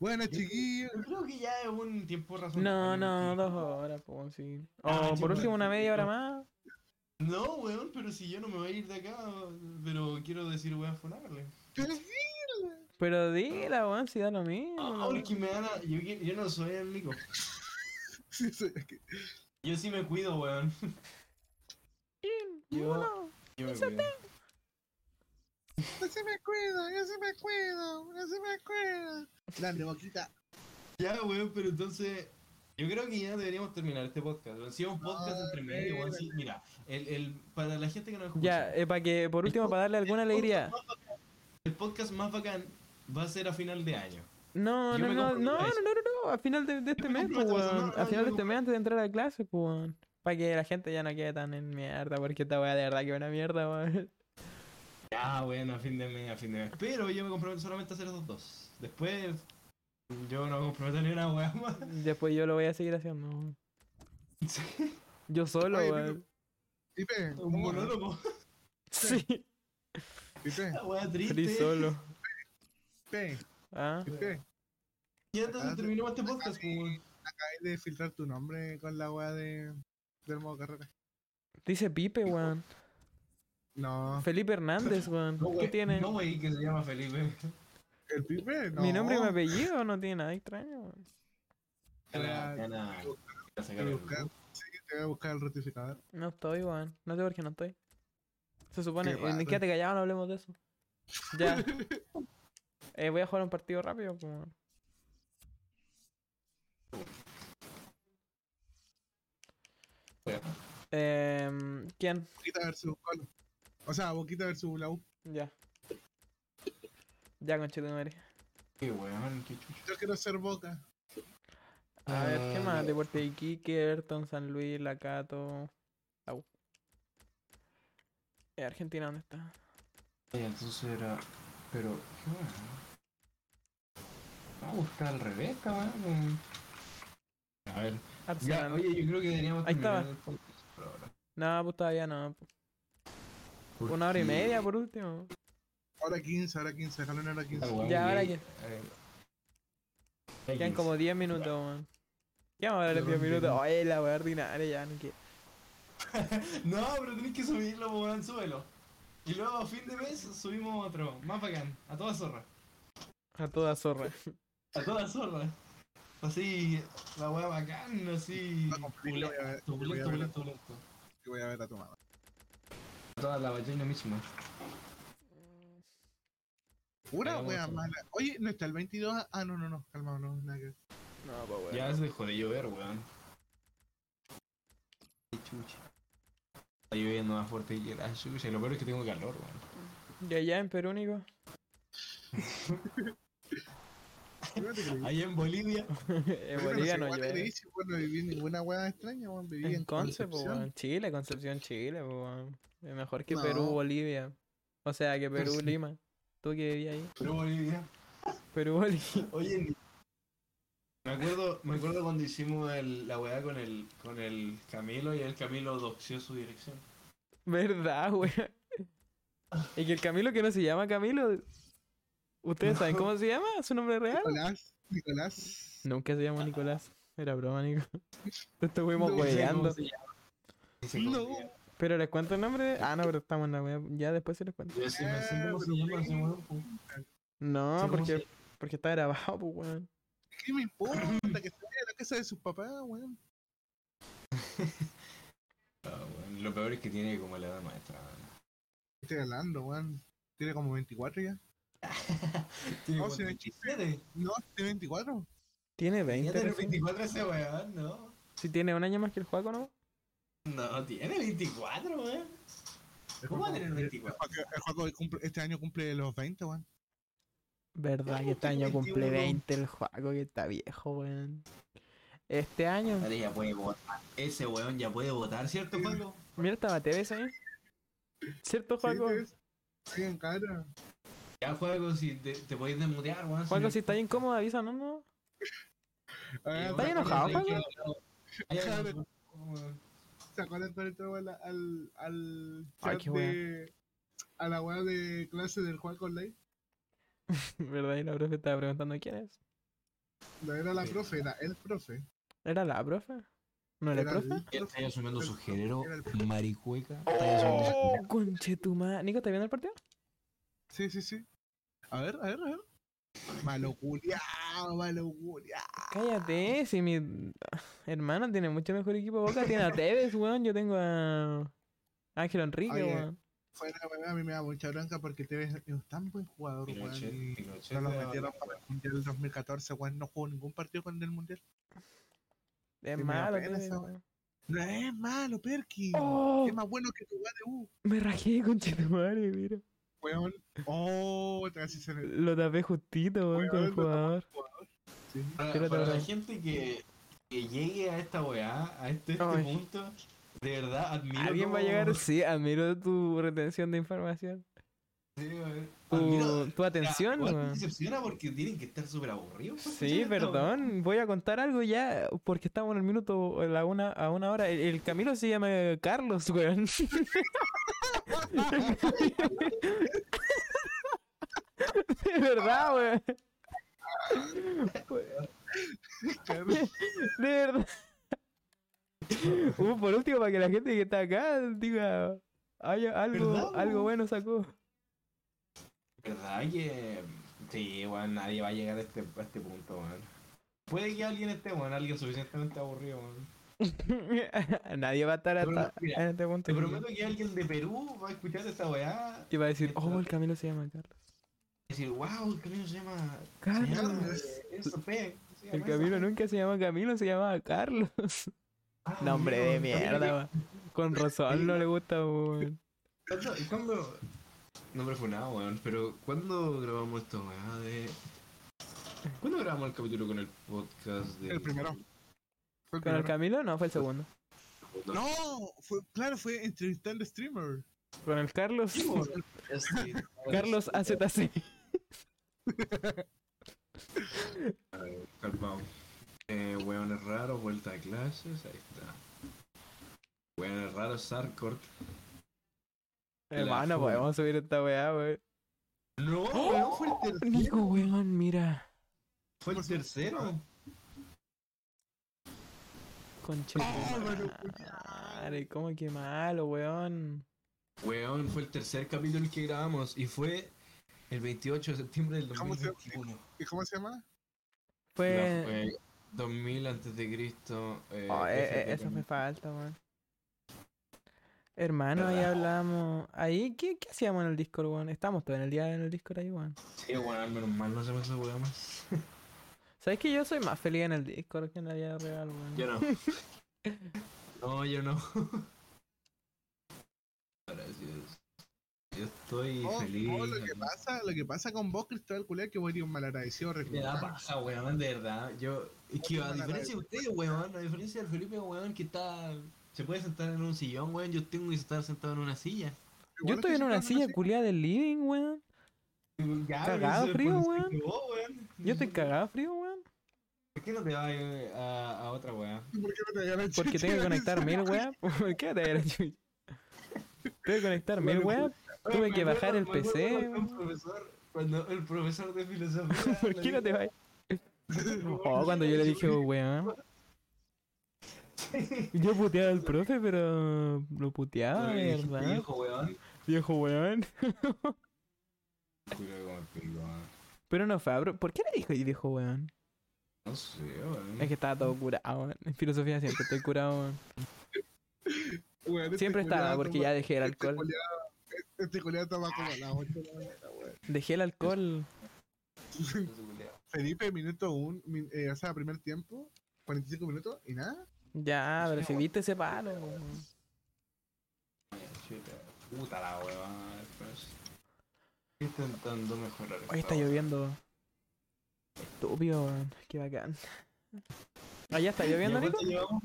Bueno, chiquillos. Yo creo que ya es un tiempo razonable. No, no, mentira. dos horas, pues sí. O Ah, por chuta, último una media hora no. más. No, weón, pero si yo no me voy a ir de acá, pero quiero decir weón funable. Pero dila, weón, si da lo mismo. Ah, porque me dan a- yo, qui- yo no soy el Nico. Sí, soy aquí. Yo sí me cuido, weón. Yo- Yo- Yo me cuido. Yo sí me cuido, yo sí me cuido, yo sí me cuido. Grande, boquita. Ya, weón, pero entonces. Yo creo que ya deberíamos terminar este podcast. weón. Si es un podcast entre medio, weón. sí, mira, el, el, para la gente que nos escucha. Ya, para que, por último, para darle alguna el alegría. podcast más bacán- El podcast más bacán va a ser a final de año. Yo No, no, me no, no, comprometo no, a no, eso. no, no, a final de, de este me mes, pues, comprometo a eso, no, weón. no, A yo final me de este mes antes de entrar a clase, pues, weón. Para que la gente ya no quede tan en mierda, porque esta weá de verdad que es una mierda, weón. Ya, bueno, a fin de mes, a fin de mes. Pero yo me comprometo solamente a hacer esos dos. Después, yo no me comprometo ni una weá más. Después yo lo voy a seguir haciendo, weón. Yo solo, Oye, weón. Pipe, Un monólogo. Sí, Pipe, La weá triste. feliz solo. Pipe, ¿Ah? Pipe. Ya entonces terminamos este podcast, pues, weón. Acabé de filtrar tu nombre con la weá de, del modo carrera. Dice Pipe, weón. No, Felipe Hernández, weón. No, ¿Qué wey, tiene? No, wey, que se llama Felipe. el Pipe, no. Mi nombre y mi apellido no tiene nada extraño, weón. Gana, Te voy gana. gana a sacar el- buscar- Sí, te voy a buscar el ratificador. No estoy, weón. No sé por qué no estoy. Se supone. Qué raro. Eh, quédate callado, no hablemos de eso. Ya. Eh, voy a jugar un partido rápido, pues, weón. Juega. Em, ¿Quién? Boquita versus Colo. O sea, Boquita versus la U. Ya. Ya, conchito, madre. Qué weón, qué chucho. Yo quiero ser Boca. A ver, ¿qué Ah. más? Deporte de Iquique, Everton, San Luis, Lacato. Au. Eh, Argentina, ¿dónde está? Ay, entonces era. Pero, qué weón. Vamos a buscar al revés, cabrón. A ver. Ya, Arsenal. oye, yo creo que deberíamos Ahí estaba. terminar el podcast por ahora. No, pues todavía no. Porque- Una hora y media por último. Ahora 15, ahora 15, déjalo en ahora 15. Ah, weón, Ya, y ahora ahí- que- a ver. Quedan como 10 minutos, weón. ¿Qué vamos a hablar en Yo 10 también. minutos? Oye, la weá ordinaria ya, no quiero. No, pero tenés que subirlo, weón, súbelo. Y luego a fin de mes subimos otro. Más bacán. A toda zorra. A toda zorra. A toda zorra. Así, la weá bacán, así. Va a cumplir, pulento, voy a ver, voy a Pulento, ver. pulento, pulento. Que voy a ver a tu mamá. Toda la ballena misma. Una Hagamos wea eso. mala. Oye, ¿no está el 22? Ah, no, no, no, calmado, no, nada que ver. No, pues weón. Ya se dejó de llover, weón. Qué chucha. Está lloviendo más fuerte que la chucha. Y lo peor es que tengo calor, weón. Y allá en Perú, Nico. Yo no te creí. Allá en Bolivia. en Pero Bolivia sé no cuál te llueve. creí, si, weón, no viví ninguna wea extraña, weón, viví en, En Conce, pues Concepción. weón. Chile, Concepción, Chile, pues weón. Es mejor que No. Perú, Bolivia. O sea, que Perú, sí. Lima. Tú que vivías ahí. Pero Bolivia. Perú, Bolivia. Oye, ni- me acuerdo, me acuerdo cuando hicimos el- la weá con el, con el Camilo y el Camilo doxió su dirección. ¿Verdad, weón? Y que el Camilo que no se llama Camilo. ¿Ustedes saben No. cómo se llama? ¿Su nombre real? Nicolás, Nicolás. Nunca se llamó Nicolás. Era broma, Nico. Te estuvimos No No sé sé cómo hueveando. se llama. No sé cómo se No. llama. Pero les cuento el nombre. Ah, no, pero estamos en la wea. Ya después se les cuento. Yo sí me sé cómo se Eh, llama ese pero- weón, po. Sí, No, ¿cómo porque, se llama? porque está grabado, pues, weón. ¿Qué me importa que esté en la casa de sus papás, weón? Ah, weón, Lo peor es que tiene como la edad maestra. weón. Estoy hablando, weón. Tiene como 24 ya. Tiene No, si no es 47. No, Oh, tiene 24. Tiene Ya 20. tiene recién. 24 ese weón, ¿no? Si tiene un año más que el Juaco, ¿no? No, tiene 24, weón. El ¿Cómo va a Joaco- tener 24? El Joaco- el Joaco cumple- este año cumple los 20, weón. Verdad que ¿Cómo este tiene año cumple 21? 20 el Juaco, que está viejo, weón. Este año. Dale, ya puede votar. Ese weón ya puede votar, ¿cierto, Pablo? Mira, estaba TV ahí. ¿Cierto, Sí, Juaco? te ves bien cara. Ya juego si te, te podéis desmutear, weón. Juaco, no- si está incómodo, avisa, ¿no? no? A ver, ¿Estás ¿se enojado, acuerdan- Juaco? Ay, Déjame ver. weón. ¿Se acuerdan cuando entraba al, al, al Ay, chat qué wea. de, a la weá de clase del Juan Online? ¿Verdad? Y la profe estaba preguntando quién es. No era la profe, era el profe. ¿Era la profe? ¿No era, el profe? Ya Estáis asumiendo su género Era el- maricueca. Estáis asumiendo Oh. su género. Conchetuma. Nico, ¿estás viendo el partido? Sí, sí, sí. A ver, a ver, a ver. Malo culiao, malo culiao. Cállate, si mi hermana tiene mucho mejor equipo Boca, tiene a Tevez, weón. Yo tengo a Ángel Enrique, Oye, weón. Fue la weá, a mí me da mucha bronca porque te ves es un tan buen jugador, weón. Pinochet, y Pinochet No lo era- metieron para el Mundial del 2014, weón. No jugó ningún partido con el Mundial. Es me da malo, pena Tevez, esa weón. No es malo, Perky. ¡Oh! Es más bueno que tu weá de U. Me rajé con Chetumare, mira. Weón. Oh, te casi se me. Lo tapé justito, weón, con el Weón, lo tapó. jugador. Sí. Para, Tírate para la otra. gente que, que llegue a esta weá, a este, este Ay. punto, de verdad admiro. ¿Alguien va a cómo- llegar? Sí, admiro tu retención de información. Sí, weón. Admiro- Tu, tu atención, Ya, igual Me weón. decepciona porque tienen que estar súper aburridos. para Sí, escuchar esta weá. perdón. Voy a contar algo ya, porque estamos en el minuto a la una, a una hora. El, el Camilo se llama Carlos, weón. De verdad, weón. De verdad. Uh, por último, para que la gente que está acá diga "Ay, ¿Verdad, algo, algo weón? bueno sacó. ¿Verdad que.? Sí, weón, nadie va a llegar a este, a este punto, weón. Puede que alguien esté, weón, alguien suficientemente aburrido, weón. Nadie va a estar Pero hasta mira, en este punto. Te prometo que alguien de Perú va a escuchar esta weá Y va a decir, Esto- oh, el Camilo se llama Carlos. y decir, wow, el camino se llama. Se llama Carlos. eh, Enzo P. se Ah, El llama Camilo esa- nunca se llama Camilo, se llamaba Carlos. Ah, Nombre de mira, Camilo, mierda, weón. Con razón no le gusta, weón. ¿Cuándo? ¿Cuándo? No me fue nada, weón, pero ¿cuándo grabamos esto, weón? De... ¿Cuándo grabamos el capítulo con el podcast de... El primero. Fue el Con el primero. Camilo no, fue el segundo. No, No, fue, claro, fue entrevistando streamer. Con el Carlos. sí, weón. Sí. Carlos AZC. Calmao. Eh, weón es raro, vuelta a clases, ahí está. Weón es raro, Sarkort. Hermano, funa. podemos subir esta weá, weón. No, weón, fue el tercero. Nico, weón, mira. Fue el tercero. Conche. Ah, bueno, Madre, cómo que malo, weón. Weón, fue el tercer capítulo que grabamos y fue el 28 de septiembre del ¿Cómo se- 2021. ¿Y cómo se llama? Ya Fue. fue 2000 antes de Cristo. eh, Oh, eh, eh, FP eso me también. falta, weón. Hermano, ahí ¿Verdad? hablábamos. Ahí, ¿qué, ¿qué hacíamos en el Discord, weón? Estamos todo en el día en el Discord ahí, weón. Sí, bueno, menos mal no se me esa weá más. ¿Sabes que yo soy más feliz en el Discord que en la vida real, weón? Yo no. No, yo no. Gracias. Yo estoy Oh, feliz. oh, lo que pasa, lo que pasa con vos, Cristóbal Culea, que vos eres un malagradecido Me da recordar. paja, weón, de verdad. Yo, es que a diferencia de ustedes, weón, a diferencia del Felipe, weón, que está. Se puede sentar en un sillón, weón. Yo tengo que estar sentado en una silla. Yo estoy en una silla culiada del living, weón. Ya, Cagado eso es frío, por weón. decirte vos, weón. Yo estoy cagado frío, weón. ¿Por qué no te vas eh, a, a otra weá? ¿Por qué no te ganas Porque tengo que conectar mil, weón. ¿Por qué te la chucha? Tengo que conectar mil, weón. Tuve que bajar el PC, weón. Cuando el profesor de filosofía. ¿Por le qué no te dijo- vas? Oh, cuando yo le dije, weón. Yo puteaba al profe, pero lo puteaba, Le de dije, "Ah, ¿verdad? "Hijo, weón". Viejo weón. Cuidado con el pico, weón. Pero no fue, a pro- ¿por qué le dijo viejo weón? No sé, weón. Es que estaba todo curado, weón. En filosofía siempre estoy curado, weón. Siempre estaba, porque ya dejé el alcohol. Este culiado toma como a las 8 de la mañana, weón. Dejé el alcohol. Felipe, minuto 1, eh, o sea, primer tiempo, 45 minutos y nada. Ya, pero si viste ese palo, weón. Chuta, Puta la weón. Estoy intentando mejorar. esta Hoy está weá. lloviendo. Estúpido, weón. Qué bacán. Allá está ¿Ya lloviendo, cuánto Nico. llevamos?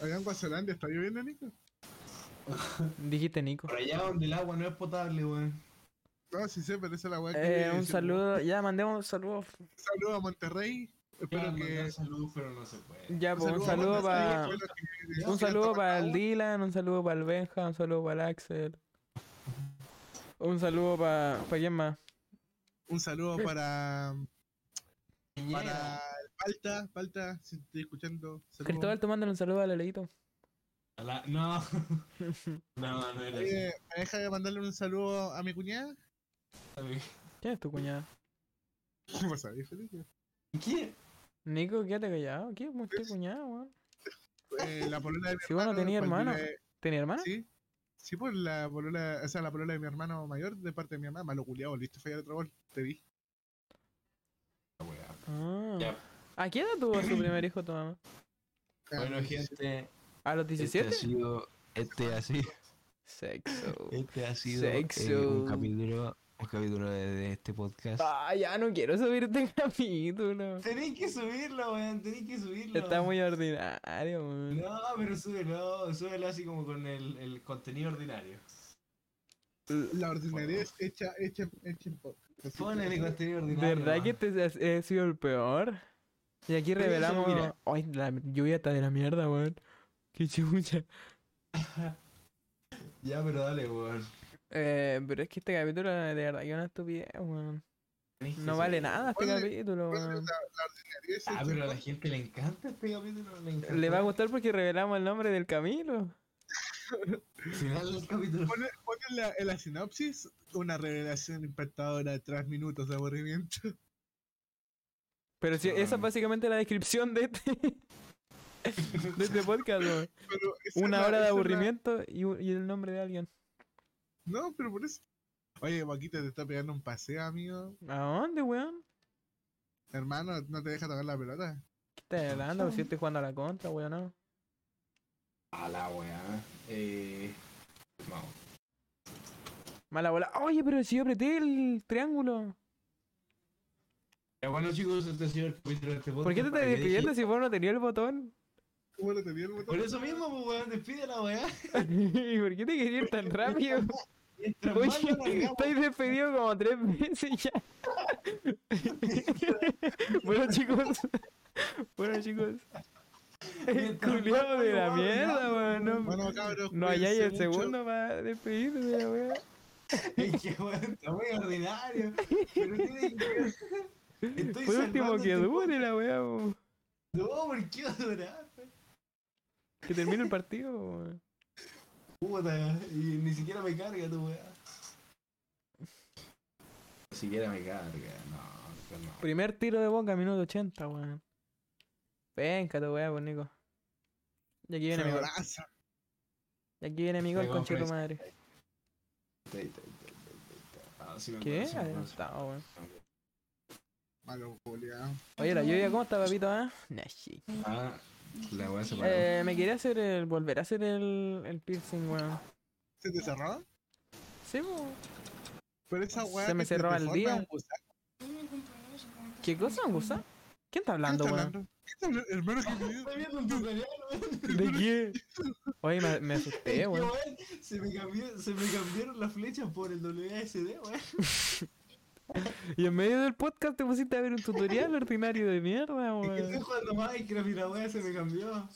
Allá en Guasolandia, ¿está lloviendo, Nico? Dijiste Nico. Por allá donde el agua no es potable, weón. No, sí sé, pero esa es la weá que. Eh, un sí, saludo. Ya, mandemos un saludo. Un saludo a Monterrey. Espero Quiero que. mandar saludos, pero no se puede. Ya, pues un saludo para. Un saludo para el día Dylan, un saludo para el Benja, un saludo para el Axel. Un saludo para. ¿Para quién más? Un saludo para. Para Palta, Palta, si estoy escuchando. saludos. Cristóbal, tú mándale un saludo al Leito. La- No. No, no era eso. Oye, ¿Me deja de mandarle un saludo a mi cuñada? ¿Quién es tu cuñada? ¿Cómo sabes, Felipe? ¿Qué? Nico, quédate callado. ¿Qué es tu cuñada, weón? Eh, la polola de mi Si vos no tenías pues, hermano. ¿Ah? dile- ¿Tenía hermana? Sí. Sí, pues la polola, o sea, la polola de mi hermano mayor de parte de mi mamá, malo culiado, listo, fallar otro gol, te vi. La wea. Ah. Ya. ¿A qué edad tuvo su primer hijo tu mamá? Ah, Bueno, sí. gente. ¿A los Este ha 17? sido. Este ha sido. Sexo. Este ha sido eh, Sexo. un capítulo. Un capítulo de, de este podcast. Ah, ya no quiero subir este capítulo. Tenéis que subirlo, weón. Tenéis que subirlo. Está muy ordinario, weón. No, pero súbelo. Súbelo así como con el, el contenido ordinario. La ordinariedad es hecha, hecha, hecha en podcast. Ponele contenido ¿De ordinario. verdad que weón. este es- he sido el peor? Y aquí Pero eso, revelamos. mira. Ay, la lluvia está de la mierda, weón. Qué chucha. Ya, pero dale, weón. Eh, pero es que este capítulo de verdad que es una estupidez, weón. Tenéis que No vale subirlo. nada este Ponle- capítulo, La, la weón. ordinariedad es Ah, pero hecha a en la podcast. gente le encanta este capítulo. Le, encanta. Le va a gustar porque revelamos el nombre del Camilo. Al final del capítulo. Ponle, ponle en, la, en la sinopsis una revelación impactadora de tres minutos de aburrimiento. Pero si Ah. esa es Mm. básicamente la descripción de este, de este podcast, weón. Pero esa es Una la- hora esa de es la- aburrimiento y, u- y el nombre de alguien. No, pero por eso. Oye, Vaquita te está pegando un paseo, amigo. ¿A dónde, weón? Hermano, no te deja tocar la pelota. ¿Qué estás hablando? Si estoy jugando a la contra, weón, no. A la weá. Eh. Vamos. Mala bola. Oye, pero si yo apreté el triángulo. Ya, bueno, chicos, este ha sido el capítulo de este podcast. ¿Por qué te para estás que deje- despidiendo si vos no tenías el botón? ¿Cómo le te dio el botón? Por eso mismo, pues, weón, despide la weá. ¿Y por qué te querías ir tan rápido? Mientras más la Oye, largamos, estáis despedido como tres veces ya. bueno, chicos. Bueno, chicos. El Mientras más culiado de la vamos mierda, hablando, weón. No, Bueno, cabros. no pues, halláis el cuídense mucho. segundo para despedirme, weón. Es que, weón, está muy ordinario. Pero tiene que. Estoy Por último, salvando que este dure la weá, weón. podcast. No, ¿por qué va a durar? Que termine el partido, weón. Puta, y ni siquiera me carga tu weá. Ni siquiera me carga, no, no. Primer tiro de boca, minuto 80, weón. Venga, tu weá, pues, Nico. Y aquí viene mi gol. Abrazo. Y aquí viene mi gol, Ahí va, conche tu Fresco. madre. Ahí está, ahí está, ahí está, ahí está. Ah, sí me ¿Qué? acuerdo, sí me acuerdo. Adelantado, weón. Malo, culiao. Oye, la lluvia, ¿cómo está, papito? Ah, Nah, shit. Ah, la weá se paró. Eh, me quería hacer el. volver a hacer el, el piercing, weón. ¿Se Ah. te cerró? Sí, weón. Pero esa weá. Se me que te cerró al deforma día. un gusano. ¿Qué cosa, gusta? ¿Quién está ¿Qué hablando, Mm. está weón? hablando? ¿Qué está hablando? Hermano, que me dio- Estoy viendo un tutorial, eh, weón. ¿De qué? Oye, me, me asusté, Qué weón. weón, Se me, cambió, se me cambiaron las flechas por el WASD, weón. Y en medio del podcast te pusiste a ver un tutorial ordinario de mierda, Es que estoy weón. jugando Minecraft y la weá se me cambió.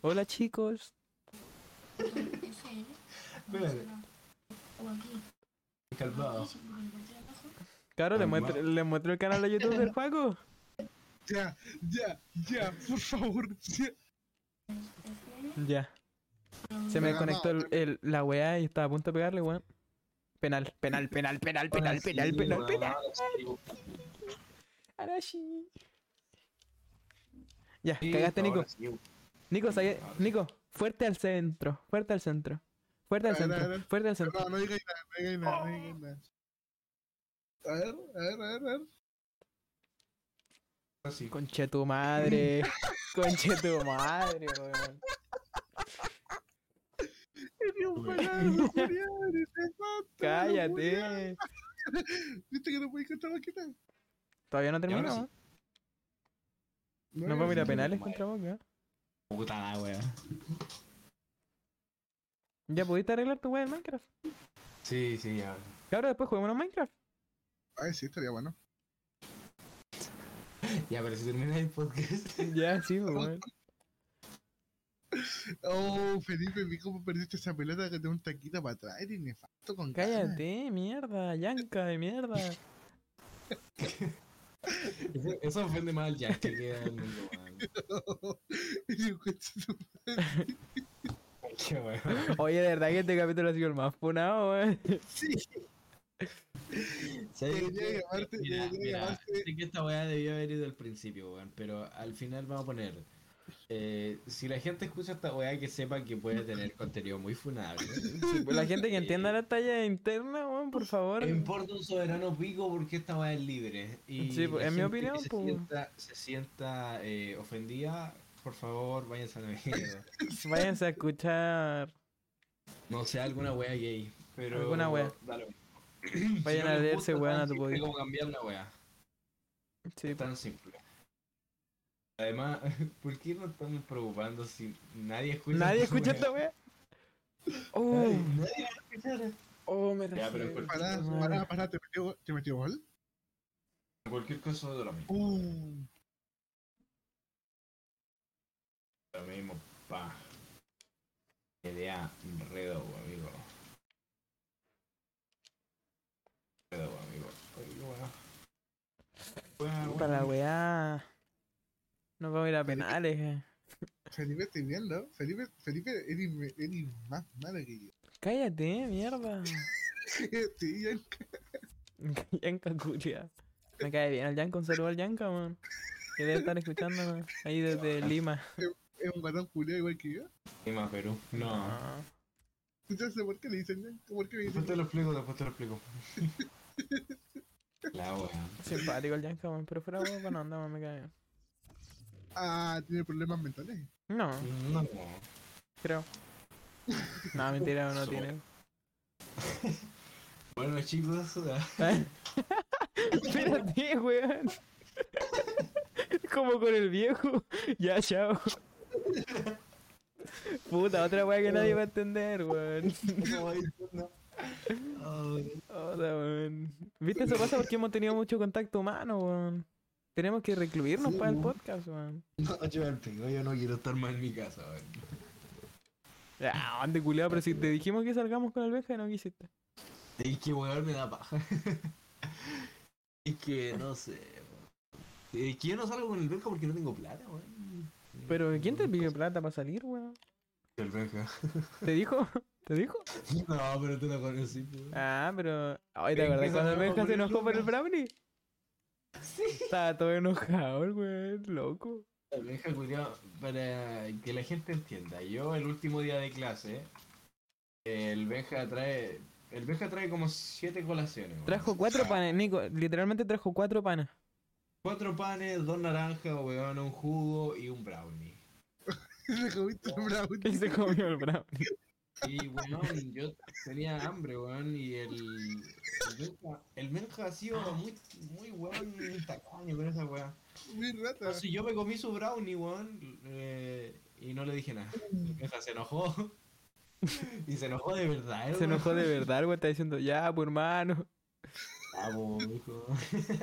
Hola, chicos. Espérate, calmado. Claro, le Calma. muestro, le muestro el canal de YouTube del Juaco. Ya, ya, ya, por favor. Ya. ya. Se me Pero no, desconectó el, el- la weá y estaba a punto de pegarle, weón. Penal, penal, penal, penal, penal, penal, penal, penal. Arashi. Ya, cagaste, Nico. Nico, saque- Ahora sí. Nico, fuerte al centro, fuerte al centro. Fuerte al A ver, a centro, ver. fuerte al centro. No, no digáis nada, no digáis nada, no digáis nada. A ver, a ver, a ver, a ver. Conche tu madre. Conche tu madre, weón. Tenía un palabra, culiao, eres nefasto, culiao. Cállate. ¿Viste que no podía encontrar vaquita? Todavía no termina, sí. weón. Nos vamos a ir a sí, penales madre. contra Boca. Puta la weá. Ya pudiste arreglar tu weá en Minecraft. Sí, sí, ya. Ahora después juguemos en Minecraft. Ay, sí, estaría bueno. Ya, pero si termina el podcast. Ya, sí, pues, weón. Oh, Felipe, vi cómo perdiste esa pelota que te un taquito para atrás. Eres nefasto con ganas. Cállate, mierda, yanca de mierda. Eso- Eso ofende más al Jack que al mundo, weón. Y yo, "Conche tu madre". Qué weón. Oye, de verdad que este capítulo ha sido el más funado, weón. Sí, ¿Sabes Debería qué? llamarse- Mira, debería mira, llamarse- sé que esta weá debió haber ido al principio, weón, pero al final vamos a poner. eh, si la gente escucha esta weá, que sepa que puede tener contenido muy funable. pues, La gente que entienda la talla interna, weón, por favor. No importa un soberano pico porque esta weá es libre. Y Sí, pues, la en mi gente opinión, que se pues. sienta, se sienta eh, ofendida, por favor, váyanse a la mierda. Váyanse a escuchar. No sé, alguna wea gay. Pero Alguna wea. Dale. Vayan a leerse, weón, a tu podcast. podcast. cómo cambiar la wea. Sí, pues. Es tan simple. Además, ¿por qué nos estamos preocupando si nadie escucha? Nadie esta escucha wea? esta weá. Oh, Nadie nadie va a escuchar. oh, me Ya, pero en refiero. cualquier- pará, pará, pará, te metió, te metió gol. Cualquier cosa de lo mismo. Uh, Lo mismo, pa. idea redo, amigo. Redo, amigo. Ay, weá. Weá, weá. Para la weá. Nos vamos a ir a penales, eh. Felipe, estoy viendo. Felipe, Felipe, eres, me- eres más malo que yo. Cállate, mierda. Sí, ya- Yanka culia. Me cae bien el Yanka, un saludo al Yanka, weón. Que debe estar escuchándonos ahí desde Ah. Lima. es un guatón culiao igual que yo. Lima, Perú. No. Entonces, ¿por qué le dicen? ya? ¿Por qué le dicen? Después te lo explico, después te lo explico. La weá. Simpático el Yanka, weón, pero fuera weón, bueno, andamos, me cae bien. Ah, tiene problemas mentales. No, No. creo. No, mentira, no tiene. Bueno, chicos, Espérate, weón. Como con el viejo. Ya, chao. Puta, otra weá que nadie va a entender, weón. Hola, weón. Viste, eso pasa porque hemos tenido mucho contacto humano, weón. Tenemos que recluirnos Sí, para el weón. podcast, weón. No, yo al pico, yo no quiero estar más en mi casa, weón. Ya, Ah, ande culiao, pero si te dijimos que salgamos con el Benja y no quisiste. Es que weón me da paja. es que no sé, weón. Es que yo no salgo con el Benja porque no tengo plata, weón. Pero ¿quién te pidió plata para salir, weón? El Benja. ¿Te dijo? ¿Te dijo? No, pero tú lo conocí, weón. Ah, pero. Ay, ¿te Pero acordás empieza cuando a el hablar Benja con se el enojó por el Lucas. brownie? Sí. Estaba todo enojado, el weón, loco. El Benja, culiao, para que la gente entienda, yo el último día de clase, el Benja trae. El Benja trae como siete colaciones, weón. Trajo cuatro panes, Nico. Literalmente trajo cuatro panes. Cuatro panes, dos naranjas, weón, un jugo y un brownie. Le comiste un brownie. Y se comió el brownie. Y weón, yo tenía hambre, weón, y el. el Benja- El Benja ha sido muy, muy weón tacaño con esa weá. Muy rata. Entonces yo me comí su brownie, weón, eh, y no le dije nada. El Benja se enojó. Y se enojó de verdad, eh, Se weón. enojó de verdad, el weón. Está diciendo, ya, pues hermano. Ah, po, hijo.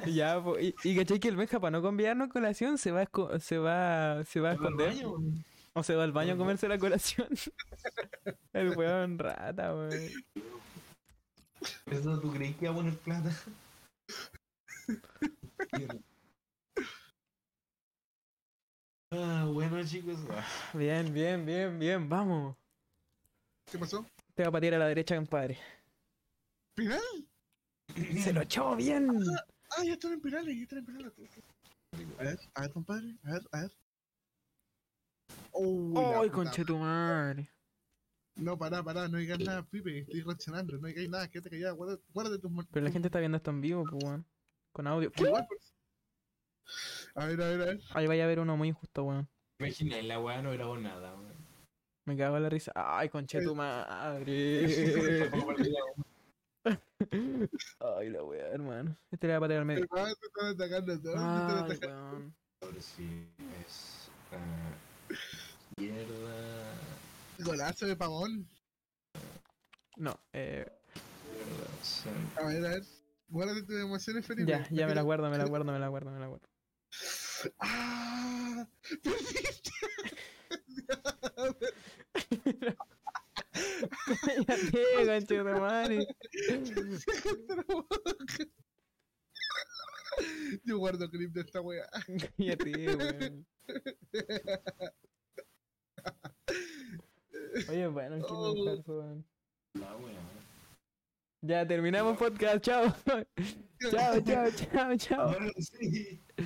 Ya, po, y, y cachai que el Benja para no convidarnos colación se va a, esco- se va, se va a Fue al esconder baño, weón. o se va al baño a al comerse la colación. el weón rata, weón. Eso tú creí que iba a poner plata. ah, bueno chicos. Bien, bien, bien, bien, vamos. ¿Qué pasó? Te va a patear a la derecha, compadre. ¿Penal? Se lo echó bien. Ah, ya están en penales, ya están en penales. A ver, a ver, compadre, a ver, a ver. Uy, la ¡Ay, puta. conche tu madre! No, pará, pará, no digas nada, Pipe, estoy reaccionando, no digas nada, quédate callado, guarda, guarda tus muertos. Pero la gente está viendo esto en vivo, pues, weón. Con audio. Igual, por- A ver, a ver, a ver. Ahí vaya a haber uno muy injusto, weón. Imagina, la weá no grabó nada, weón. Me cago en la risa. ¡Ay, conche Eh. tu Eh, eh, madre! ¡Ay, la weá, hermano! Este le va a patear al medio. Hermano, Ah, te están atacando, todos te ¡Ay, están weón! Ahora sí es ah, izquierda. atacando. Golazo de pavón. No, eh, izquierda, centro. A ver, a ver. Guárdate tus emociones, Felipe. ya, ya me la Mira. guardo, me la guardo, me la guardo, me la guardo. ¡Ah! ¡Perdiste! Cállate, conchetumare. ¡Se trabó! Yo guardo clip de esta weá. Cállate, weón. Oye, bueno, el Kingdom Oh. Hearts, weón. La weón. Ah. Ya terminamos podcast, chao. chao, chao, chao, chao. Ahora sí.